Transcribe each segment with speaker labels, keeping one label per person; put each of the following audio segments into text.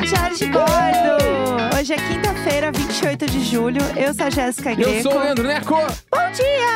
Speaker 1: um Hoje é quinta-feira, 28 de julho. Eu sou a Jéssica Greco.
Speaker 2: Eu sou o Leandro Neco.
Speaker 1: Bom dia!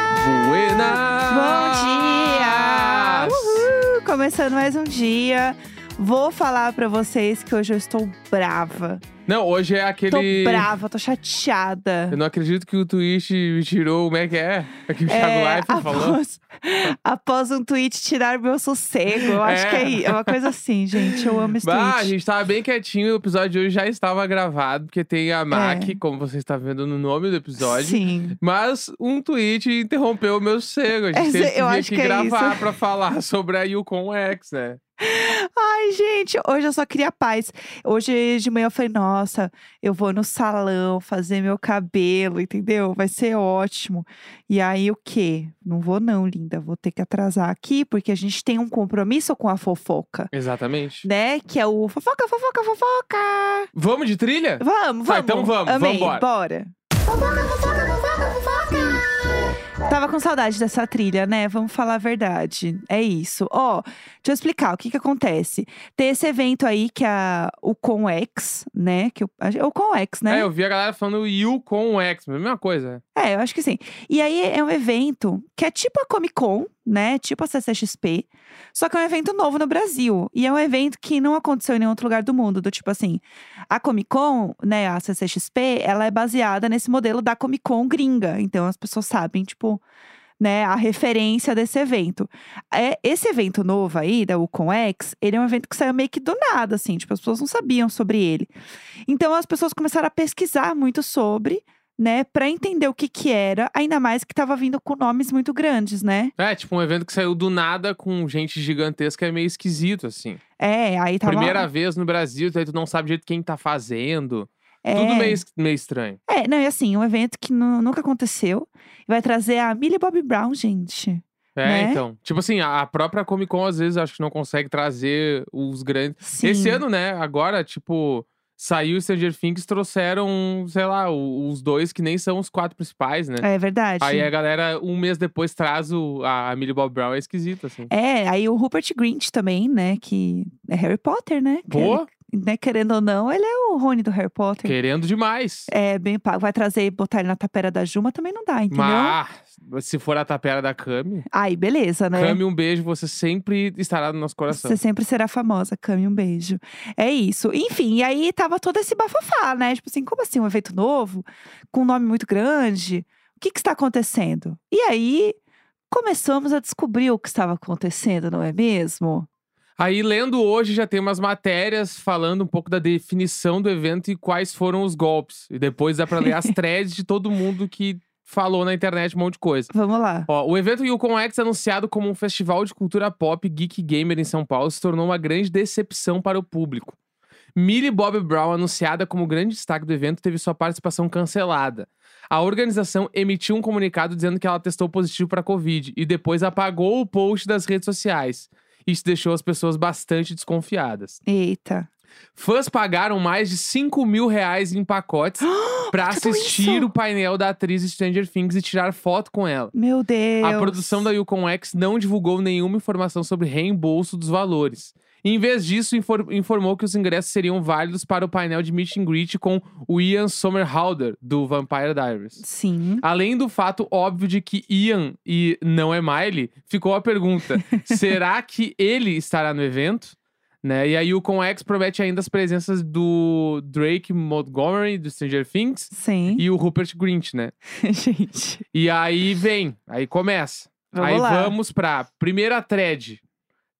Speaker 2: Buenas!
Speaker 1: Bom dia! Uhul! Começando mais um dia. Vou falar pra vocês que hoje eu estou brava.
Speaker 2: Não, hoje é aquele...
Speaker 1: Tô brava, tô chateada.
Speaker 2: Eu não acredito que o Twitch me tirou, como é que é? É que o Thiago Leifert falou.
Speaker 1: após, após um tweet tirar meu sossego. Eu acho
Speaker 2: É.
Speaker 1: que é, i- é uma coisa assim, gente. Eu amo esse
Speaker 2: Bah, a
Speaker 1: tweet.
Speaker 2: gente tava bem quietinho, o episódio de hoje já estava gravado, porque tem a Mac, como você está vendo no nome do episódio.
Speaker 1: É. Sim.
Speaker 2: Mas um tweet interrompeu o meu sossego. A
Speaker 1: Esse-
Speaker 2: gente teve
Speaker 1: eu
Speaker 2: vir
Speaker 1: acho
Speaker 2: aqui
Speaker 1: que é
Speaker 2: gravar
Speaker 1: isso.
Speaker 2: pra falar sobre a Yukon X, né?
Speaker 1: Ai, gente, hoje eu só queria paz. Hoje de manhã eu falei, nossa, eu vou no salão fazer meu cabelo, entendeu? Vai ser ótimo. E aí, o quê? Não vou não, linda. Vou ter que atrasar aqui, porque a gente tem um compromisso com a fofoca,
Speaker 2: Exatamente.
Speaker 1: né? Que é o fofoca, fofoca, fofoca.
Speaker 2: Vamos de trilha?
Speaker 1: Vamos, vamos.
Speaker 2: Tá, então vamos,
Speaker 1: Amei,
Speaker 2: vambora.
Speaker 1: bora. Tava com saudade dessa trilha, né? Vamos falar a verdade. É isso. Ó, deixa eu explicar o que que acontece. Tem esse evento aí que é o Conex, né? Que eu, acho- é o Conex, né?
Speaker 2: É, eu vi a galera falando Yukon X, mas é a mesma coisa.
Speaker 1: É, eu acho que sim. E aí é um evento que é tipo a Comic Con, né? Tipo a CCXP. Só que é um evento novo no Brasil. E é um evento que não aconteceu em nenhum outro lugar do mundo. Do tipo assim, a Comic Con, né? A CCXP, ela é baseada nesse modelo da Comic Con gringa. Então as pessoas sabem, tipo. Né, a referência desse evento. É, esse evento novo aí, da UConX, ele é um evento que saiu meio que do nada, assim, tipo, as pessoas não sabiam sobre ele. Então as pessoas começaram a pesquisar muito sobre, né, para entender o que que era, ainda mais que tava vindo com nomes muito grandes, né?
Speaker 2: É, tipo um evento que saiu do nada com gente gigantesca, é meio esquisito, assim.
Speaker 1: É, aí tava
Speaker 2: Primeira vez no Brasil, daí tu não sabe direito quem tá fazendo.
Speaker 1: é,
Speaker 2: Tudo meio, es- meio estranho.
Speaker 1: É, não, e assim, um evento que nu- nunca aconteceu, vai trazer a Millie Bobby Brown, gente.
Speaker 2: É,
Speaker 1: Né?
Speaker 2: então. Tipo assim, a a própria Comic Con, às vezes, acho que não consegue trazer os grandes.
Speaker 1: Sim.
Speaker 2: Esse ano, né? Agora, tipo, saiu o Stranger Things, trouxeram, sei lá, o- os dois que nem são os quatro principais, né?
Speaker 1: É verdade.
Speaker 2: Aí a galera, um mês depois, traz o, a a Millie Bob Brown, é esquisito, assim.
Speaker 1: É, aí o Rupert Grint também, né, que é Harry Potter, né? Que
Speaker 2: Pô,
Speaker 1: ele- né, querendo ou não, ele é o Rony do Harry Potter.
Speaker 2: querendo demais.
Speaker 1: É, bem pago. Vai trazer, botar ele na tapera da Juma também não dá, entendeu?
Speaker 2: Mas se for a tapera da Cami,
Speaker 1: Aí, beleza, né?
Speaker 2: Cami, um beijo, você sempre estará no nosso coração.
Speaker 1: Você sempre será famosa, Cami, um beijo. É isso. Enfim, e aí tava todo esse bafafá, né? Tipo assim, como assim, um evento novo? Com um nome muito grande? O que que está acontecendo? E aí, começamos a descobrir o que estava acontecendo, não é mesmo?
Speaker 2: Aí, lendo hoje, já tem umas matérias falando um pouco da definição do evento e quais foram os golpes. E depois dá pra ler as threads de todo mundo que falou na internet um monte de coisa.
Speaker 1: Vamos lá.
Speaker 2: Ó, o evento Yukon X, anunciado como um festival de cultura pop geek gamer em São Paulo, se tornou uma grande decepção para o público. Millie Bob Brown, anunciada como grande destaque do evento, teve sua participação cancelada. A organização emitiu um comunicado dizendo que ela testou positivo para a Covid e depois apagou o post das redes sociais. Isso deixou as pessoas bastante desconfiadas.
Speaker 1: Eita.
Speaker 2: Fãs pagaram mais de 5 mil reais em pacotes para
Speaker 1: tudo
Speaker 2: assistir
Speaker 1: isso?
Speaker 2: o painel da atriz Stranger Things e tirar foto com ela.
Speaker 1: Meu Deus.
Speaker 2: A produção da Yukon X não divulgou nenhuma informação sobre reembolso dos valores. Em vez disso, infor- informou que os ingressos seriam válidos para o painel de meet and greet com o Ian Somerhalder, do Vampire Diaries.
Speaker 1: Sim.
Speaker 2: Além do fato óbvio de que Ian e não é Miley, ficou a pergunta: será que ele estará no evento? Né? E a Yukon X promete ainda as presenças do Drake Montgomery, do Stranger Things,
Speaker 1: Sim.
Speaker 2: e o Rupert Grint, né?
Speaker 1: Gente,
Speaker 2: E aí vem, aí começa.
Speaker 1: vamos
Speaker 2: Aí
Speaker 1: lá.
Speaker 2: vamos pra primeira thread.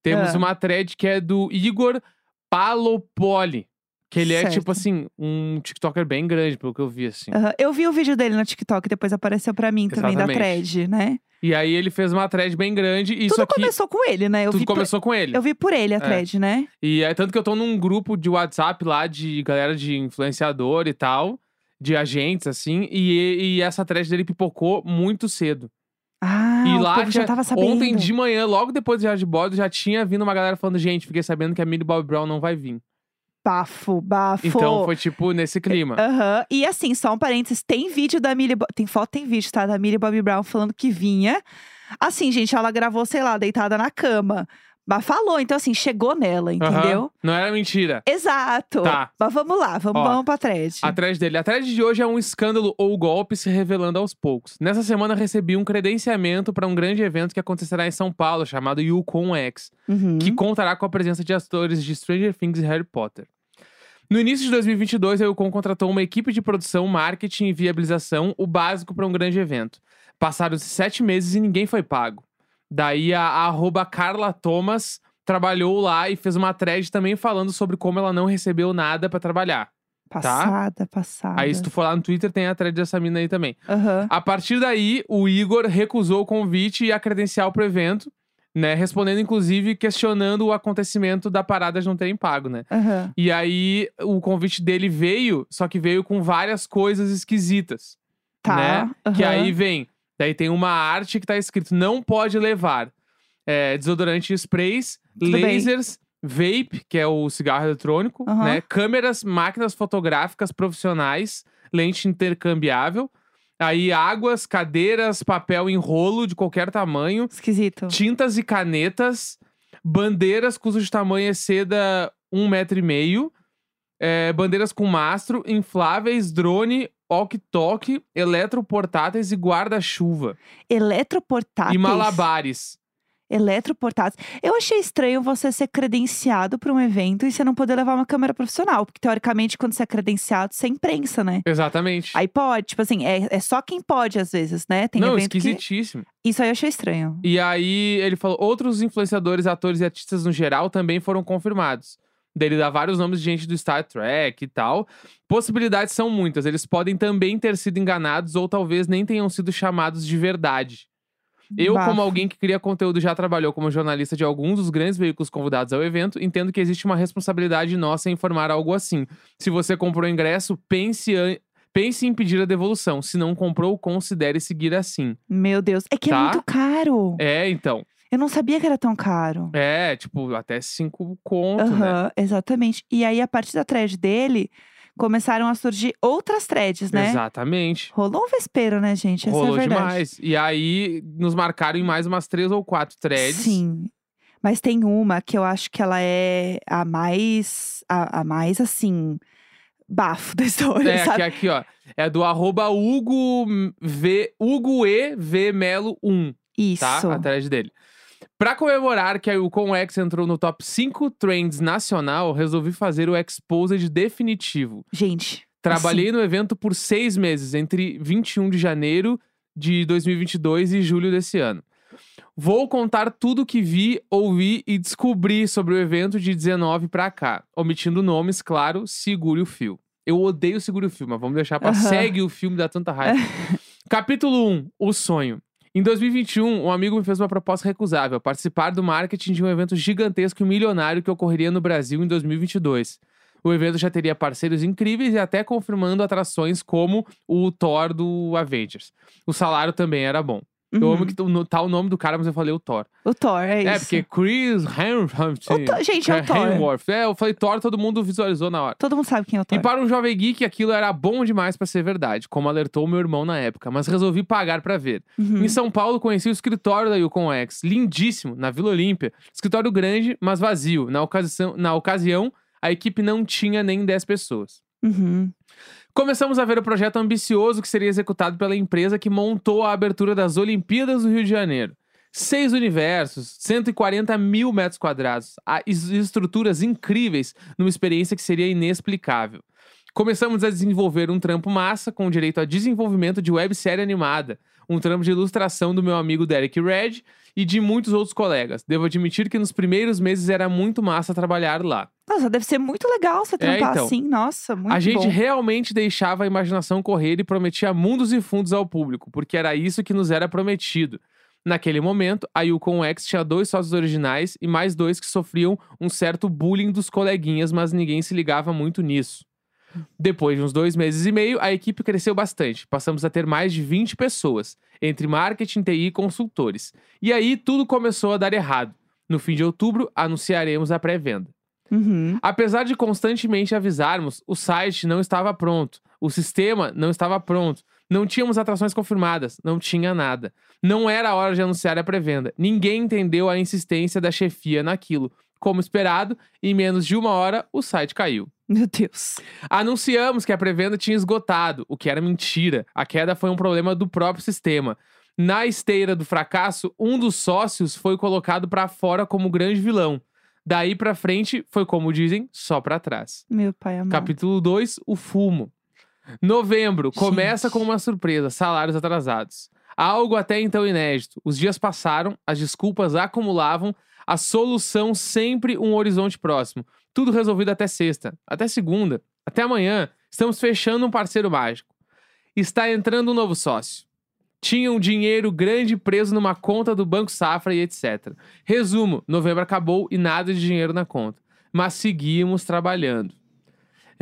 Speaker 2: Temos
Speaker 1: Ah.
Speaker 2: uma thread que é do Igor Palopoli. Que ele é,
Speaker 1: Certo. Ah.
Speaker 2: tipo assim, um TikToker bem grande, pelo que eu vi, assim.
Speaker 1: Aham, Eu vi o vídeo dele no TikTok, depois apareceu pra mim também
Speaker 2: Exatamente.
Speaker 1: da thread, né?
Speaker 2: E aí ele fez uma thread bem grande e isso
Speaker 1: Tudo
Speaker 2: aqui.
Speaker 1: começou com ele, né? Eu
Speaker 2: tudo
Speaker 1: vi por-
Speaker 2: começou É. com ele.
Speaker 1: Eu vi por ele a thread, né?
Speaker 2: E é tanto que eu tô num grupo de WhatsApp lá de galera de influenciador e tal, de agentes, assim, e, e essa thread dele pipocou muito cedo.
Speaker 1: Ah,
Speaker 2: E
Speaker 1: o
Speaker 2: lá
Speaker 1: povo já,
Speaker 2: já-
Speaker 1: tava sabendo.
Speaker 2: Ontem de manhã, logo depois do Jardim de Bordo, já tinha vindo uma galera falando: gente, fiquei sabendo que a Millie Bob Brown não vai vir.
Speaker 1: Bafo, bafo.
Speaker 2: Então foi tipo nesse clima.
Speaker 1: Aham. E assim, só um parênteses, tem vídeo da Millie, Bo- tem foto, tem vídeo, tá? Da Millie Bobby Brown falando que vinha. Assim, gente, ela gravou, sei lá, deitada na cama. Mas falou, então assim, chegou nela, entendeu?
Speaker 2: Aham. Não era mentira.
Speaker 1: Exato.
Speaker 2: Tá.
Speaker 1: Mas vamos lá, vamos,
Speaker 2: Ó,
Speaker 1: vamos pra thread.
Speaker 2: A thread dele. A thread de hoje é um escândalo ou golpe se revelando aos poucos. Nessa semana recebi um credenciamento para um grande evento que acontecerá em São Paulo, chamado YouCon X.
Speaker 1: Uhum.
Speaker 2: que contará com a presença de atores de Stranger Things e Harry Potter. No início de 2022, a Yukon contratou uma equipe de produção, marketing e viabilização, o básico para um grande evento. Passaram-se sete meses e ninguém foi pago. Daí a, a arroba Carla Thomas trabalhou lá e fez uma thread também falando sobre como ela não recebeu nada para trabalhar.
Speaker 1: Passada, passada.
Speaker 2: tá? Aí se tu for lá no Twitter, tem a thread dessa mina aí também.
Speaker 1: Aham.
Speaker 2: A partir daí, o Igor recusou o convite e a credencial pro evento, né? Respondendo, inclusive, questionando o acontecimento da parada de não terem pago, né?
Speaker 1: Aham.
Speaker 2: E aí, o convite dele veio, só que veio com várias coisas esquisitas.
Speaker 1: Tá.
Speaker 2: né? Que
Speaker 1: aham.
Speaker 2: aí vem. Daí tem uma arte que tá escrito: não pode levar é, desodorante e sprays,
Speaker 1: Tudo bem.
Speaker 2: lasers, vape, que é o cigarro eletrônico,
Speaker 1: Aham.
Speaker 2: né? Câmeras, máquinas fotográficas profissionais, lente intercambiável. Aí águas, cadeiras, papel em rolo de qualquer tamanho,
Speaker 1: Esquisito.
Speaker 2: tintas e canetas, bandeiras cujo tamanho exceda um metro e meio, é, bandeiras com mastro, infláveis, drone, walkie-talkie, eletroportáteis e guarda-chuva.
Speaker 1: Eletroportáteis.
Speaker 2: E malabares.
Speaker 1: Eletroportáteis. Eu achei estranho você ser credenciado pra um evento e você não poder levar uma câmera profissional. Porque, teoricamente, quando você é credenciado, você é imprensa, né?
Speaker 2: Exatamente.
Speaker 1: Aí pode, tipo assim, é, é só quem pode, às vezes, né? Tem
Speaker 2: Não,
Speaker 1: evento que...
Speaker 2: esquisitíssimo.
Speaker 1: Isso aí eu achei estranho.
Speaker 2: E aí ele falou: outros influenciadores, atores e artistas no geral também foram confirmados. Dele dá vários nomes de gente do Star Trek e tal. Possibilidades são muitas. Eles podem também ter sido enganados ou talvez nem tenham sido chamados de verdade. Eu,
Speaker 1: Bafo.
Speaker 2: como alguém que cria conteúdo e já trabalhou como jornalista de alguns dos grandes veículos convidados ao evento, entendo que existe uma responsabilidade nossa em informar algo assim. Se você comprou o ingresso, pense, an- pense em pedir a devolução. Se não comprou, considere seguir assim.
Speaker 1: Meu Deus. É que
Speaker 2: Tá.
Speaker 1: é muito caro.
Speaker 2: É, então.
Speaker 1: Eu não sabia que era tão caro.
Speaker 2: É, tipo, até cinco conto, né?
Speaker 1: Aham, exatamente. E aí, a partir da thread dele, começaram a surgir outras threads, né?
Speaker 2: Exatamente.
Speaker 1: Rolou um vespeiro, né, gente? Essa é
Speaker 2: Rolou
Speaker 1: a verdade.
Speaker 2: demais. E aí, nos marcaram em mais umas três ou quatro threads.
Speaker 1: Sim. Mas tem uma que eu acho que ela é a mais. a, a mais assim. bafo da história,
Speaker 2: É,
Speaker 1: sabe?
Speaker 2: que aqui, ó. É do arroba Hugo, v, Hugo E. V. Melo 1,
Speaker 1: Isso.
Speaker 2: tá? A thread dele. Pra comemorar que a Yukon X entrou no top 5 trends nacional, resolvi fazer o Exposed definitivo.
Speaker 1: Gente.
Speaker 2: Trabalhei no evento por seis meses, entre 21 de janeiro de 2022 e julho desse ano. Vou contar tudo o que vi, ouvi e descobri sobre o evento de 19 pra cá. Omitindo nomes, claro, segure o fio. Eu odeio segure o fio, mas vamos deixar pra
Speaker 1: Aham.
Speaker 2: segue o filme, dá tanta raiva. Capítulo 1, o sonho. Em 2021, um amigo me fez uma proposta recusável, participar do marketing de um evento gigantesco e milionário que ocorreria no Brasil em 2022. O evento já teria parceiros incríveis e até confirmando atrações como o Thor do Avengers. O salário também era bom.
Speaker 1: Assim,
Speaker 2: Eu
Speaker 1: uhum.
Speaker 2: amo que tu- no- tá o nome do cara, mas eu falei o Thor.
Speaker 1: O Thor, é,
Speaker 2: É,
Speaker 1: isso.
Speaker 2: porque Chris Hemsworth.
Speaker 1: O Thor- gente, é o Thor.
Speaker 2: Hemsworth. É, eu falei Thor, todo mundo visualizou na hora.
Speaker 1: Todo mundo sabe quem é o Thor.
Speaker 2: E para um jovem geek, aquilo era bom demais pra ser verdade, como alertou meu irmão na época, mas resolvi pagar pra ver.
Speaker 1: Uhum.
Speaker 2: Em São Paulo, conheci o escritório da Yukon X, lindíssimo, na Vila Olímpia. Escritório grande, mas vazio. Na ocasião, na ocasião, a equipe não tinha nem 10 pessoas.
Speaker 1: Uhum.
Speaker 2: Começamos a ver o projeto ambicioso que seria executado pela empresa que montou a abertura das Olimpíadas do Rio de Janeiro. Seis universos, 140 mil metros quadrados, a- es- estruturas incríveis numa experiência que seria inexplicável. Começamos a desenvolver um trampo massa com direito a desenvolvimento de websérie animada, um trampo de ilustração do meu amigo Derek Red e de muitos outros colegas. Devo admitir que nos primeiros meses era muito massa trabalhar lá.
Speaker 1: Nossa, deve ser muito legal você trampar
Speaker 2: então.
Speaker 1: assim. Nossa, muito
Speaker 2: A gente
Speaker 1: bom.
Speaker 2: realmente deixava a imaginação correr e prometia mundos e fundos ao público, porque era isso que nos era prometido. Naquele momento, a Yukon X tinha dois sócios originais e mais dois que sofriam um certo bullying dos coleguinhas, mas ninguém se ligava muito nisso. Depois de uns dois meses e meio, a equipe cresceu bastante. Passamos a ter mais de 20 pessoas, entre marketing, TI e consultores. E aí tudo começou a dar errado. No fim de outubro, anunciaremos a pré-venda.
Speaker 1: Uhum.
Speaker 2: Apesar de constantemente avisarmos, o site não estava pronto, o sistema não estava pronto, Não tínhamos atrações confirmadas, não tinha nada. Não era a hora de anunciar a pré-venda. Ninguém entendeu a insistência da chefia naquilo. Como esperado, em menos de uma hora, o site caiu.
Speaker 1: Meu Deus.
Speaker 2: Anunciamos que a pré-venda tinha esgotado, o que era mentira. A queda foi um problema do próprio sistema. Na esteira do fracasso, um dos sócios foi colocado pra fora como grande vilão. Daí pra frente, foi como dizem, só pra trás.
Speaker 1: Meu pai amado.
Speaker 2: Capítulo 2, o fumo. Novembro começa
Speaker 1: Gente.
Speaker 2: com uma surpresa, salários atrasados. Algo até então inédito. Os dias passaram, as desculpas acumulavam, a solução sempre um horizonte próximo. Tudo resolvido até sexta, até segunda, até amanhã. Estamos fechando um parceiro mágico. Está entrando um novo sócio. Tinha um dinheiro grande preso numa conta do Banco Safra e etc. Resumo: novembro acabou e nada de dinheiro na conta. Mas seguimos trabalhando.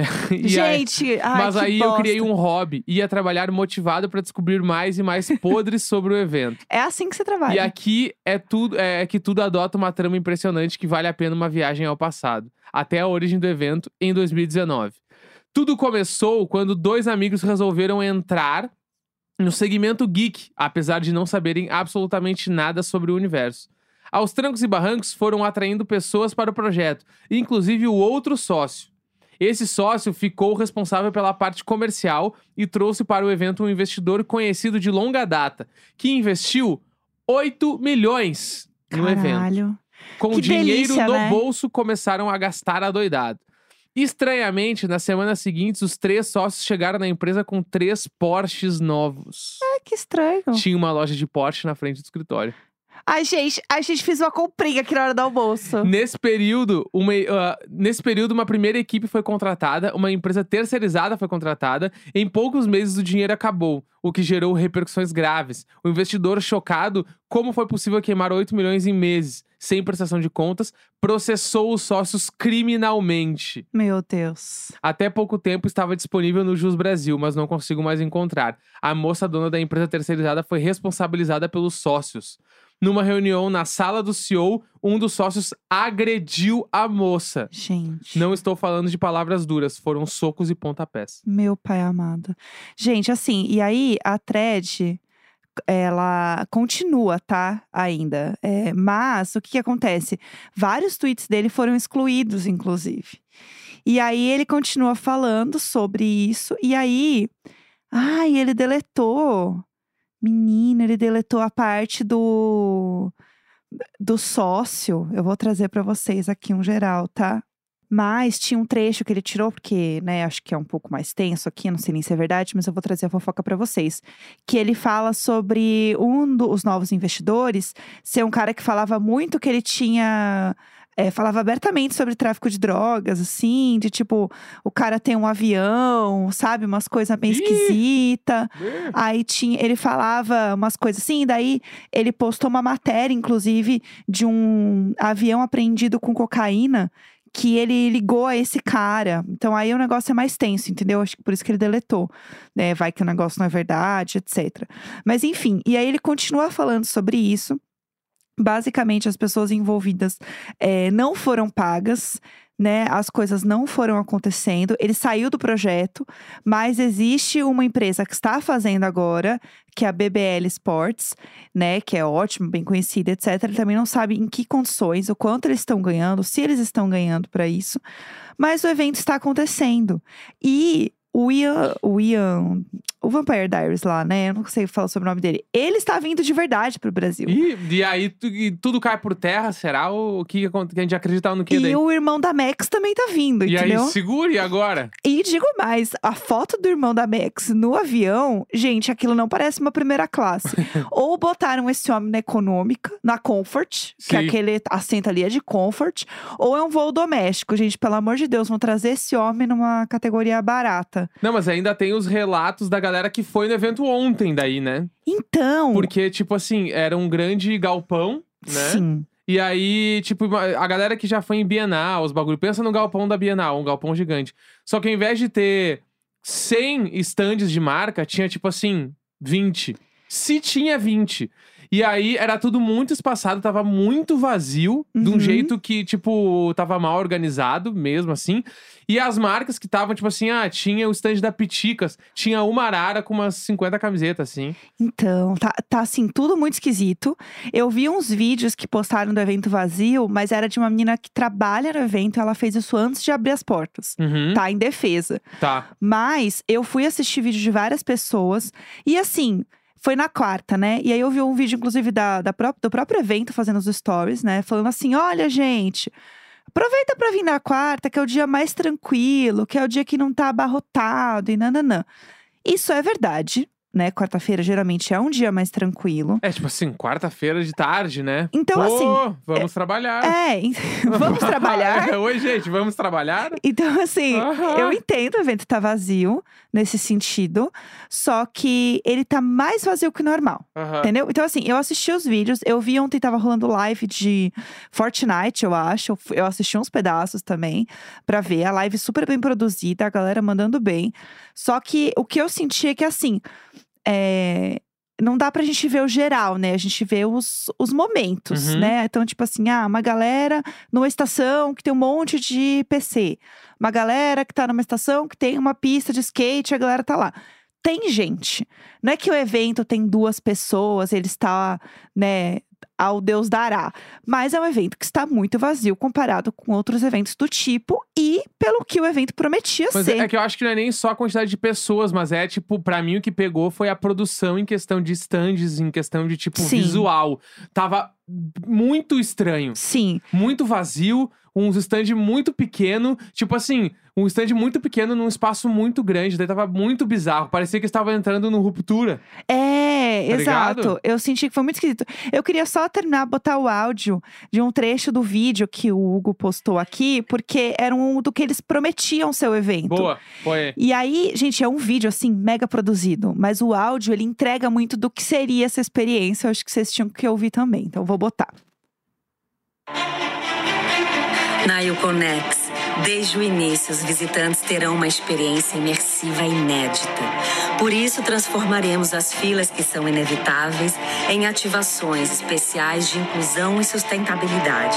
Speaker 2: E aí-
Speaker 1: Gente, ai,
Speaker 2: mas
Speaker 1: que
Speaker 2: aí eu
Speaker 1: bosta.
Speaker 2: criei um hobby, ia trabalhar motivado pra descobrir mais e mais podres sobre o evento.
Speaker 1: É assim que você
Speaker 2: um E
Speaker 1: trabalha.
Speaker 2: aqui é tudo, é que tudo adota uma trama impressionante que vale a pena uma viagem ao passado, até a origem do evento em 2019. Tudo começou quando dois amigos resolveram entrar no segmento geek, apesar de não saberem absolutamente nada sobre o universo. Aos trancos e barrancos foram atraindo pessoas para o projeto, inclusive o outro sócio. Esse sócio ficou responsável pela parte comercial e trouxe para o evento um investidor conhecido de longa data, que investiu 8 milhões no evento.
Speaker 1: Caralho.
Speaker 2: Com
Speaker 1: Que
Speaker 2: dinheiro
Speaker 1: delícia,
Speaker 2: no
Speaker 1: né?
Speaker 2: bolso, começaram a gastar adoidado. Estranhamente, nas semanas seguintes, os três sócios chegaram na empresa com três Porsches novos.
Speaker 1: Ai, que estranho.
Speaker 2: Tinha uma loja de Porsche na frente do escritório.
Speaker 1: Ai, gente, a gente fez uma comprinha aqui na hora do almoço.
Speaker 2: Nesse período, uma, ah, nesse período, uma primeira equipe foi contratada, uma empresa terceirizada foi contratada. Em poucos meses, o dinheiro acabou, o que gerou repercussões graves. O investidor, chocado, como foi possível queimar 8 milhões em meses, sem prestação de contas, processou os sócios criminalmente.
Speaker 1: Meu Deus.
Speaker 2: Até pouco tempo estava disponível no Jus Brasil, mas não consigo mais encontrar. A moça dona da empresa terceirizada foi responsabilizada pelos sócios. Numa reunião na sala do CEO, um dos sócios agrediu a moça.
Speaker 1: Gente.
Speaker 2: Não estou falando de palavras duras, foram socos e pontapés.
Speaker 1: Meu pai amado. Gente, assim, e aí a thread, ela continua, tá? Ainda. É, mas o que, que acontece? Vários tweets dele foram excluídos, inclusive. E aí ele continua falando sobre isso. E aí. Ai, ele deletou. Menina, ele deletou a parte do. Do sócio. Eu vou trazer pra vocês aqui um geral, tá? Mas tinha um trecho que ele tirou, porque, né, acho que é um pouco mais tenso aqui, não sei nem se é verdade, mas eu vou trazer a fofoca pra vocês. Que ele fala sobre um dos novos investidores ser um cara que falava muito que ele tinha. é, falava abertamente sobre tráfico de drogas, assim, de tipo, o cara tem um avião, sabe? Umas coisas meio
Speaker 2: Ih!
Speaker 1: esquisitas. Aí tinha, ele falava umas coisas assim, daí ele postou uma matéria, inclusive, de um avião apreendido com cocaína que ele ligou a esse cara. Então aí o negócio é mais tenso, entendeu? Acho que por isso que ele deletou. né? Vai que o negócio não é verdade, etc. Mas enfim, e aí ele continua falando sobre isso. Basicamente, as pessoas envolvidas eh, não foram pagas, né? As coisas não foram acontecendo. Ele saiu do projeto, mas existe uma empresa que está fazendo agora, que é a BBL Sports, né? Que é ótimo, bem conhecida, etc. Ele também não sabe em que condições, o quanto eles estão ganhando, se eles estão ganhando para isso. Mas o evento está acontecendo. E o Ian, o Ian, o Vampire Diaries lá, né? Eu não sei falar sobre o nome dele. Ele está vindo de verdade pro Brasil.
Speaker 2: E, e aí tu- e tudo cai por terra, será? O que, acon- que a gente acreditava no que
Speaker 1: E
Speaker 2: daí?
Speaker 1: o irmão da Max também tá vindo,
Speaker 2: E aí,
Speaker 1: entendeu?
Speaker 2: segure agora.
Speaker 1: E digo mais, a foto do irmão da Max no avião, gente, aquilo não parece uma primeira classe. Ou botaram esse homem na econômica, na Comfort, que
Speaker 2: Sim.
Speaker 1: aquele assento ali é de Comfort, ou é um voo doméstico, gente, pelo amor de Deus, vão trazer esse homem numa categoria barata.
Speaker 2: Não, mas ainda tem os relatos da galera que foi no evento ontem, daí, né?
Speaker 1: Então,
Speaker 2: Porque, tipo assim, era um grande galpão, né?
Speaker 1: sim,
Speaker 2: E aí, tipo, uma- a galera que já foi em Bienal, os bagulho, pensa no galpão da Bienal, um galpão gigante. Só que ao invés de ter 100 estandes de marca, tinha, tipo assim, 20. Se tinha 20. E aí era tudo muito espaçado, tava muito vazio, de um
Speaker 1: Uhum.
Speaker 2: jeito que, tipo, tava mal organizado mesmo assim. E as marcas que estavam, tipo assim, ah, tinha o stand da Piticas, tinha uma arara com umas 50 camisetas, assim.
Speaker 1: Então, tá, tá assim, tudo muito esquisito. Eu vi uns vídeos que postaram do evento vazio, mas era de uma menina que trabalha no evento, ela fez isso antes de abrir as portas.
Speaker 2: Uhum,
Speaker 1: Tá em defesa.
Speaker 2: tá.
Speaker 1: Mas eu fui assistir vídeo de várias pessoas. E assim, foi na quarta, né? E aí eu vi um vídeo, inclusive, da, da pró- do próprio evento fazendo os stories, né? Falando assim: olha, gente. Aproveita pra vir na quarta, que é o dia mais tranquilo, que é o dia que não tá abarrotado e nananã. Isso é verdade, né? Quarta-feira geralmente é um dia mais tranquilo.
Speaker 2: É, tipo assim, quarta-feira de tarde, né?
Speaker 1: Então,
Speaker 2: Pô,
Speaker 1: assim,
Speaker 2: vamos trabalhar.
Speaker 1: é, vamos trabalhar.
Speaker 2: Oi, gente, vamos trabalhar?
Speaker 1: Então, assim,
Speaker 2: Aham.
Speaker 1: Eu entendo o evento tá vazio nesse sentido, só que ele tá mais vazio que o normal,
Speaker 2: Aham.
Speaker 1: entendeu? Então, assim, eu assisti os vídeos, eu vi ontem tava rolando live de Fortnite, eu acho. eu fu- Eu assisti uns pedaços também pra ver. A live super bem produzida, a galera mandando bem. Só que o que eu senti é que, assim, é, Não dá pra gente ver o geral, né? A gente vê os, os momentos,
Speaker 2: Uhum.
Speaker 1: né? Então, tipo assim, ah, uma galera numa estação que tem um monte de PC uma galera que tá numa estação que tem uma pista de skate, a galera tá lá. Tem gente. Não é que o evento tem duas pessoas, ele está, né, ao Deus dará. Mas é um evento que está muito vazio comparado com outros eventos do tipo e pelo que o evento prometia
Speaker 2: Mas
Speaker 1: ser.
Speaker 2: é que eu acho que não é nem só a quantidade de pessoas, mas é tipo, pra mim o que pegou foi a produção em questão de stands, em questão de tipo
Speaker 1: Sim.
Speaker 2: visual. Tava muito estranho,
Speaker 1: Sim,
Speaker 2: muito vazio, uns stand muito pequeno, tipo assim, um stand muito pequeno num espaço muito grande, daí tava muito bizarro, parecia que estava entrando no ruptura.
Speaker 1: é,
Speaker 2: Tá
Speaker 1: exato.
Speaker 2: ligado?
Speaker 1: Eu senti que foi muito esquisito. Eu queria só terminar, botar o áudio de um trecho do vídeo que o Hugo postou aqui, porque era um do que eles prometiam ser o evento.
Speaker 2: Boa, foi.
Speaker 1: E aí, gente, é um vídeo assim mega produzido, mas o áudio ele entrega muito do que seria essa experiência. Eu acho que vocês tinham que ouvir também, então vou botar.
Speaker 3: Na Iconex, desde o início, os visitantes terão uma experiência imersiva inédita. Por isso, transformaremos as filas que são inevitáveis em ativações especiais de inclusão e sustentabilidade,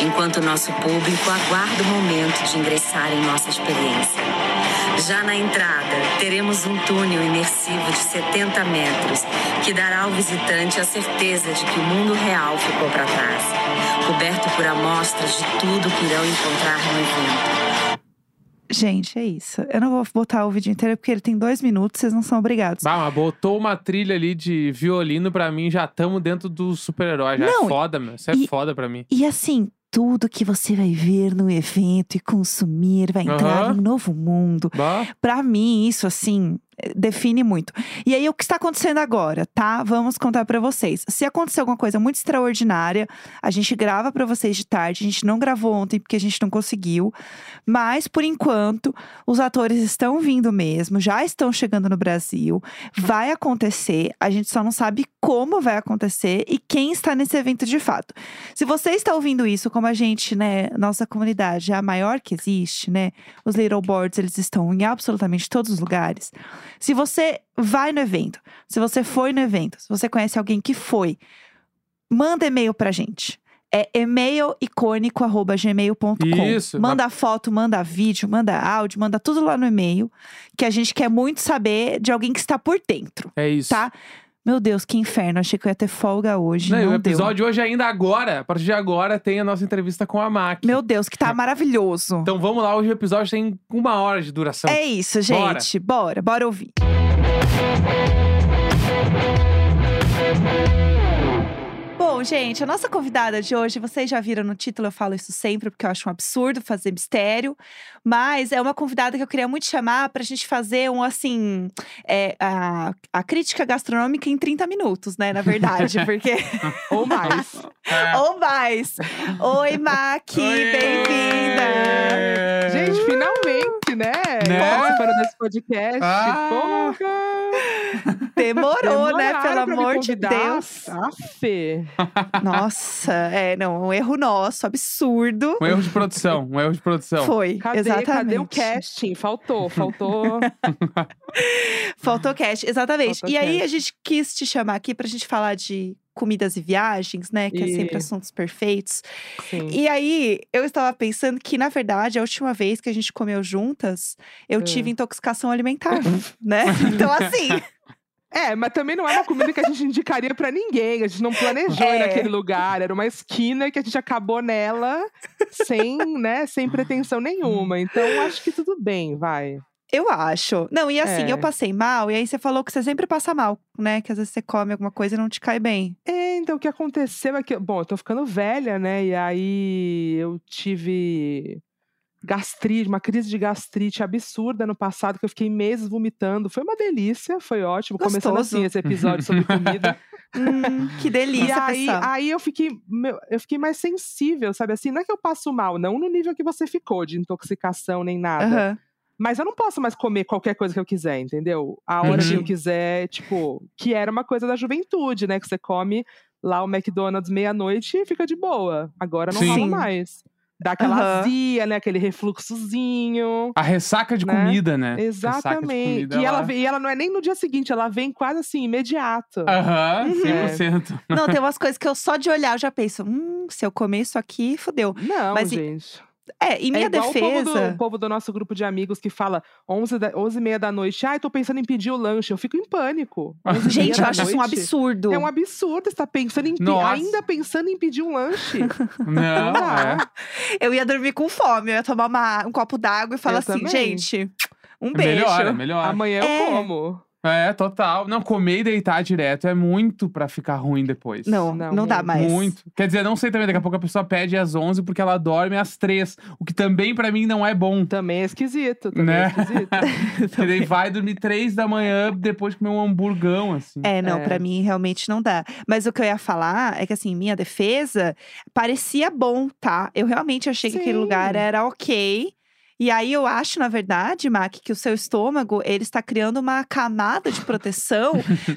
Speaker 3: enquanto nosso público aguarda o momento de ingressar em nossa experiência. Já na entrada, teremos um túnel imersivo de 70 metros que dará ao visitante a certeza de que o mundo real ficou para trás, coberto por amostras de tudo que irão encontrar no evento.
Speaker 1: Gente, é isso. Eu não vou botar o vídeo inteiro porque ele tem dois minutos, vocês não são obrigados.
Speaker 2: Bah, mas botou uma trilha ali de violino pra mim, já tamo dentro do super-herói, já é
Speaker 1: Não,
Speaker 2: foda, meu. Isso é
Speaker 1: e-
Speaker 2: foda pra mim.
Speaker 1: E assim, tudo que você vai ver no evento e consumir vai entrar
Speaker 2: Aham.
Speaker 1: num novo mundo.
Speaker 2: Bah.
Speaker 1: Pra mim, isso assim define muito. E aí, o que está acontecendo agora, tá? Vamos contar pra vocês. Se acontecer alguma coisa muito extraordinária, a gente grava pra vocês de tarde. A gente não gravou ontem porque a gente não conseguiu. Mas, por enquanto, os atores estão vindo mesmo, já estão chegando no Brasil. Vai acontecer, a gente só não sabe como vai acontecer e quem está nesse evento de fato. Se você está ouvindo isso, como a gente, né, nossa comunidade é a maior que existe, né? Os little boards, eles estão em absolutamente todos os lugares. Se você vai no evento, se você foi no evento, se você conhece alguém que foi, manda e-mail pra gente. É e-mailicônico.gmail.com.
Speaker 2: Isso,
Speaker 1: Manda foto, manda vídeo, manda áudio, manda tudo lá no e-mail. Que a gente quer muito saber de alguém que está por dentro,
Speaker 2: É isso.
Speaker 1: tá? Meu Deus, que inferno. Achei que eu ia ter folga hoje.
Speaker 2: Não, e
Speaker 1: Não,
Speaker 2: o
Speaker 1: deu.
Speaker 2: episódio de hoje ainda agora, a partir de agora, tem a nossa entrevista com a Mac.
Speaker 1: Meu Deus, que tá maravilhoso.
Speaker 2: Então vamos lá, hoje o episódio tem uma hora de duração.
Speaker 1: É isso,
Speaker 2: Então, Bora.
Speaker 1: gente. Bora, bora, ouvir. Bom, gente, a nossa convidada de hoje, vocês já viram no título, eu falo isso sempre, porque eu acho um absurdo fazer mistério. Mas é uma convidada que eu queria muito chamar pra gente fazer um, assim, é, a, a crítica gastronômica em 30 minutos, né, na verdade, porque…
Speaker 2: Ou mais. É.
Speaker 1: ou mais! Oi, Mac, bem-vinda!
Speaker 4: Gente, finalmente, né?
Speaker 2: Né?
Speaker 4: Participaram desse podcast.
Speaker 2: Ah.
Speaker 4: Porra!
Speaker 1: Demorou, né,
Speaker 4: Demoraram
Speaker 1: pelo
Speaker 4: pra me
Speaker 1: amor de
Speaker 4: convidar.
Speaker 1: Deus!
Speaker 4: Aff.
Speaker 1: Nossa, é, não, um erro nosso, absurdo.
Speaker 2: Um erro de produção, um erro de produção.
Speaker 1: Foi,
Speaker 4: Cadê,
Speaker 1: exatamente.
Speaker 4: cadê o casting? Faltou, faltou.
Speaker 1: Faltou cash, exatamente.
Speaker 4: Faltou
Speaker 1: e aí,
Speaker 4: cash.
Speaker 1: a gente quis te chamar aqui pra gente falar de comidas e viagens, né? Que é sempre
Speaker 4: E-
Speaker 1: assuntos perfeitos.
Speaker 4: Sim.
Speaker 1: E aí, eu estava pensando que, na verdade, a última vez que a gente comeu juntas, eu
Speaker 4: Ah.
Speaker 1: tive intoxicação alimentar, né? Então, assim,
Speaker 4: É, mas também não é uma comida que a gente indicaria pra ninguém. A gente não planejou
Speaker 1: É.
Speaker 4: ir naquele lugar. Era uma esquina que a gente acabou nela sem, né, sem pretensão nenhuma. Então acho que tudo bem, vai.
Speaker 1: eu acho. Não, e assim,
Speaker 4: É.
Speaker 1: eu passei mal, e aí você falou que você sempre passa mal, né? Que às vezes você come alguma coisa e não te cai bem.
Speaker 4: É, então o que aconteceu é que, bom, eu tô ficando velha, né? E aí eu tive gastrite, uma crise de gastrite absurda no passado, que eu fiquei meses vomitando. Foi uma delícia, foi ótimo. Começando
Speaker 1: Gostoso.
Speaker 4: assim esse episódio sobre comida.
Speaker 1: Hum, que delícia,
Speaker 4: E aí,
Speaker 1: pessoal.
Speaker 4: aí eu fiquei, meu, eu fiquei mais sensível, sabe? Assim, não é que eu passo mal, não no nível que você ficou de intoxicação nem nada.
Speaker 1: Aham.
Speaker 4: Mas eu não posso mais comer qualquer coisa que eu quiser, entendeu? A hora que eu
Speaker 1: Entendi.
Speaker 4: quiser, tipo, que era uma coisa da juventude, né? Que você come lá o McDonald's meia-noite e fica de boa. Agora não
Speaker 2: Sim.
Speaker 4: rola
Speaker 1: Sim.
Speaker 4: mais. Dá aquela
Speaker 1: Aham.
Speaker 4: azia, né? Aquele refluxozinho.
Speaker 2: A ressaca de
Speaker 4: Né?
Speaker 2: comida, né?
Speaker 1: É,
Speaker 2: Ressaca de
Speaker 4: Exatamente.
Speaker 2: comida,
Speaker 4: e, ela...
Speaker 2: ela-
Speaker 4: vem- e ela não é nem no dia seguinte, ela vem quase assim, imediato.
Speaker 2: Aham,
Speaker 1: Uhum.
Speaker 2: 100%.
Speaker 1: Não, tem umas coisas que eu só de olhar eu já penso, hum, se eu comer isso aqui, fodeu.
Speaker 4: Não,
Speaker 1: Mas e-
Speaker 4: gente.
Speaker 1: É, em minha
Speaker 4: é igual O povo, do,
Speaker 1: defesa.
Speaker 4: o povo do nosso grupo de amigos que fala 11 da, 11 e meia da noite. Ai, tô pensando em pedir o lanche. Eu fico em pânico. 11 e meia
Speaker 1: Gente, eu
Speaker 4: da
Speaker 1: acho isso um
Speaker 4: noite?
Speaker 1: absurdo.
Speaker 4: É um absurdo estar pensando em pe-
Speaker 2: Nossa.
Speaker 4: ainda pensando em pedir um lanche.
Speaker 2: Não,
Speaker 1: Tá.
Speaker 2: é.
Speaker 4: dá.
Speaker 1: Eu ia dormir com fome, eu ia tomar uma- um copo d'água e falar
Speaker 4: Eu
Speaker 1: assim,
Speaker 4: também.
Speaker 1: gente, um beijo.
Speaker 2: Melhora, melhora.
Speaker 4: Amanhã
Speaker 1: É.
Speaker 4: eu como.
Speaker 2: É, total. Não, comer e deitar direto é muito pra ficar ruim depois.
Speaker 1: Não, não,
Speaker 4: Não,
Speaker 1: dá
Speaker 4: muito.
Speaker 1: mais.
Speaker 2: Muito. Quer dizer, não sei também, daqui a pouco a pessoa pede às 11 porque ela dorme às 3, o que também pra mim não é bom.
Speaker 4: Também é esquisito. Também é
Speaker 2: Né?
Speaker 4: esquisito.
Speaker 2: Porque daí vai dormir 3 da manhã depois de comer um hamburgão, assim.
Speaker 1: É, não, pra
Speaker 4: É.
Speaker 1: mim realmente não dá. Mas o que eu ia falar é que, assim, minha defesa parecia bom, tá? Eu realmente achei que aquele
Speaker 4: Sim.
Speaker 1: lugar era ok. E aí eu acho, na verdade, Mac, que o seu estômago, ele está criando uma camada de proteção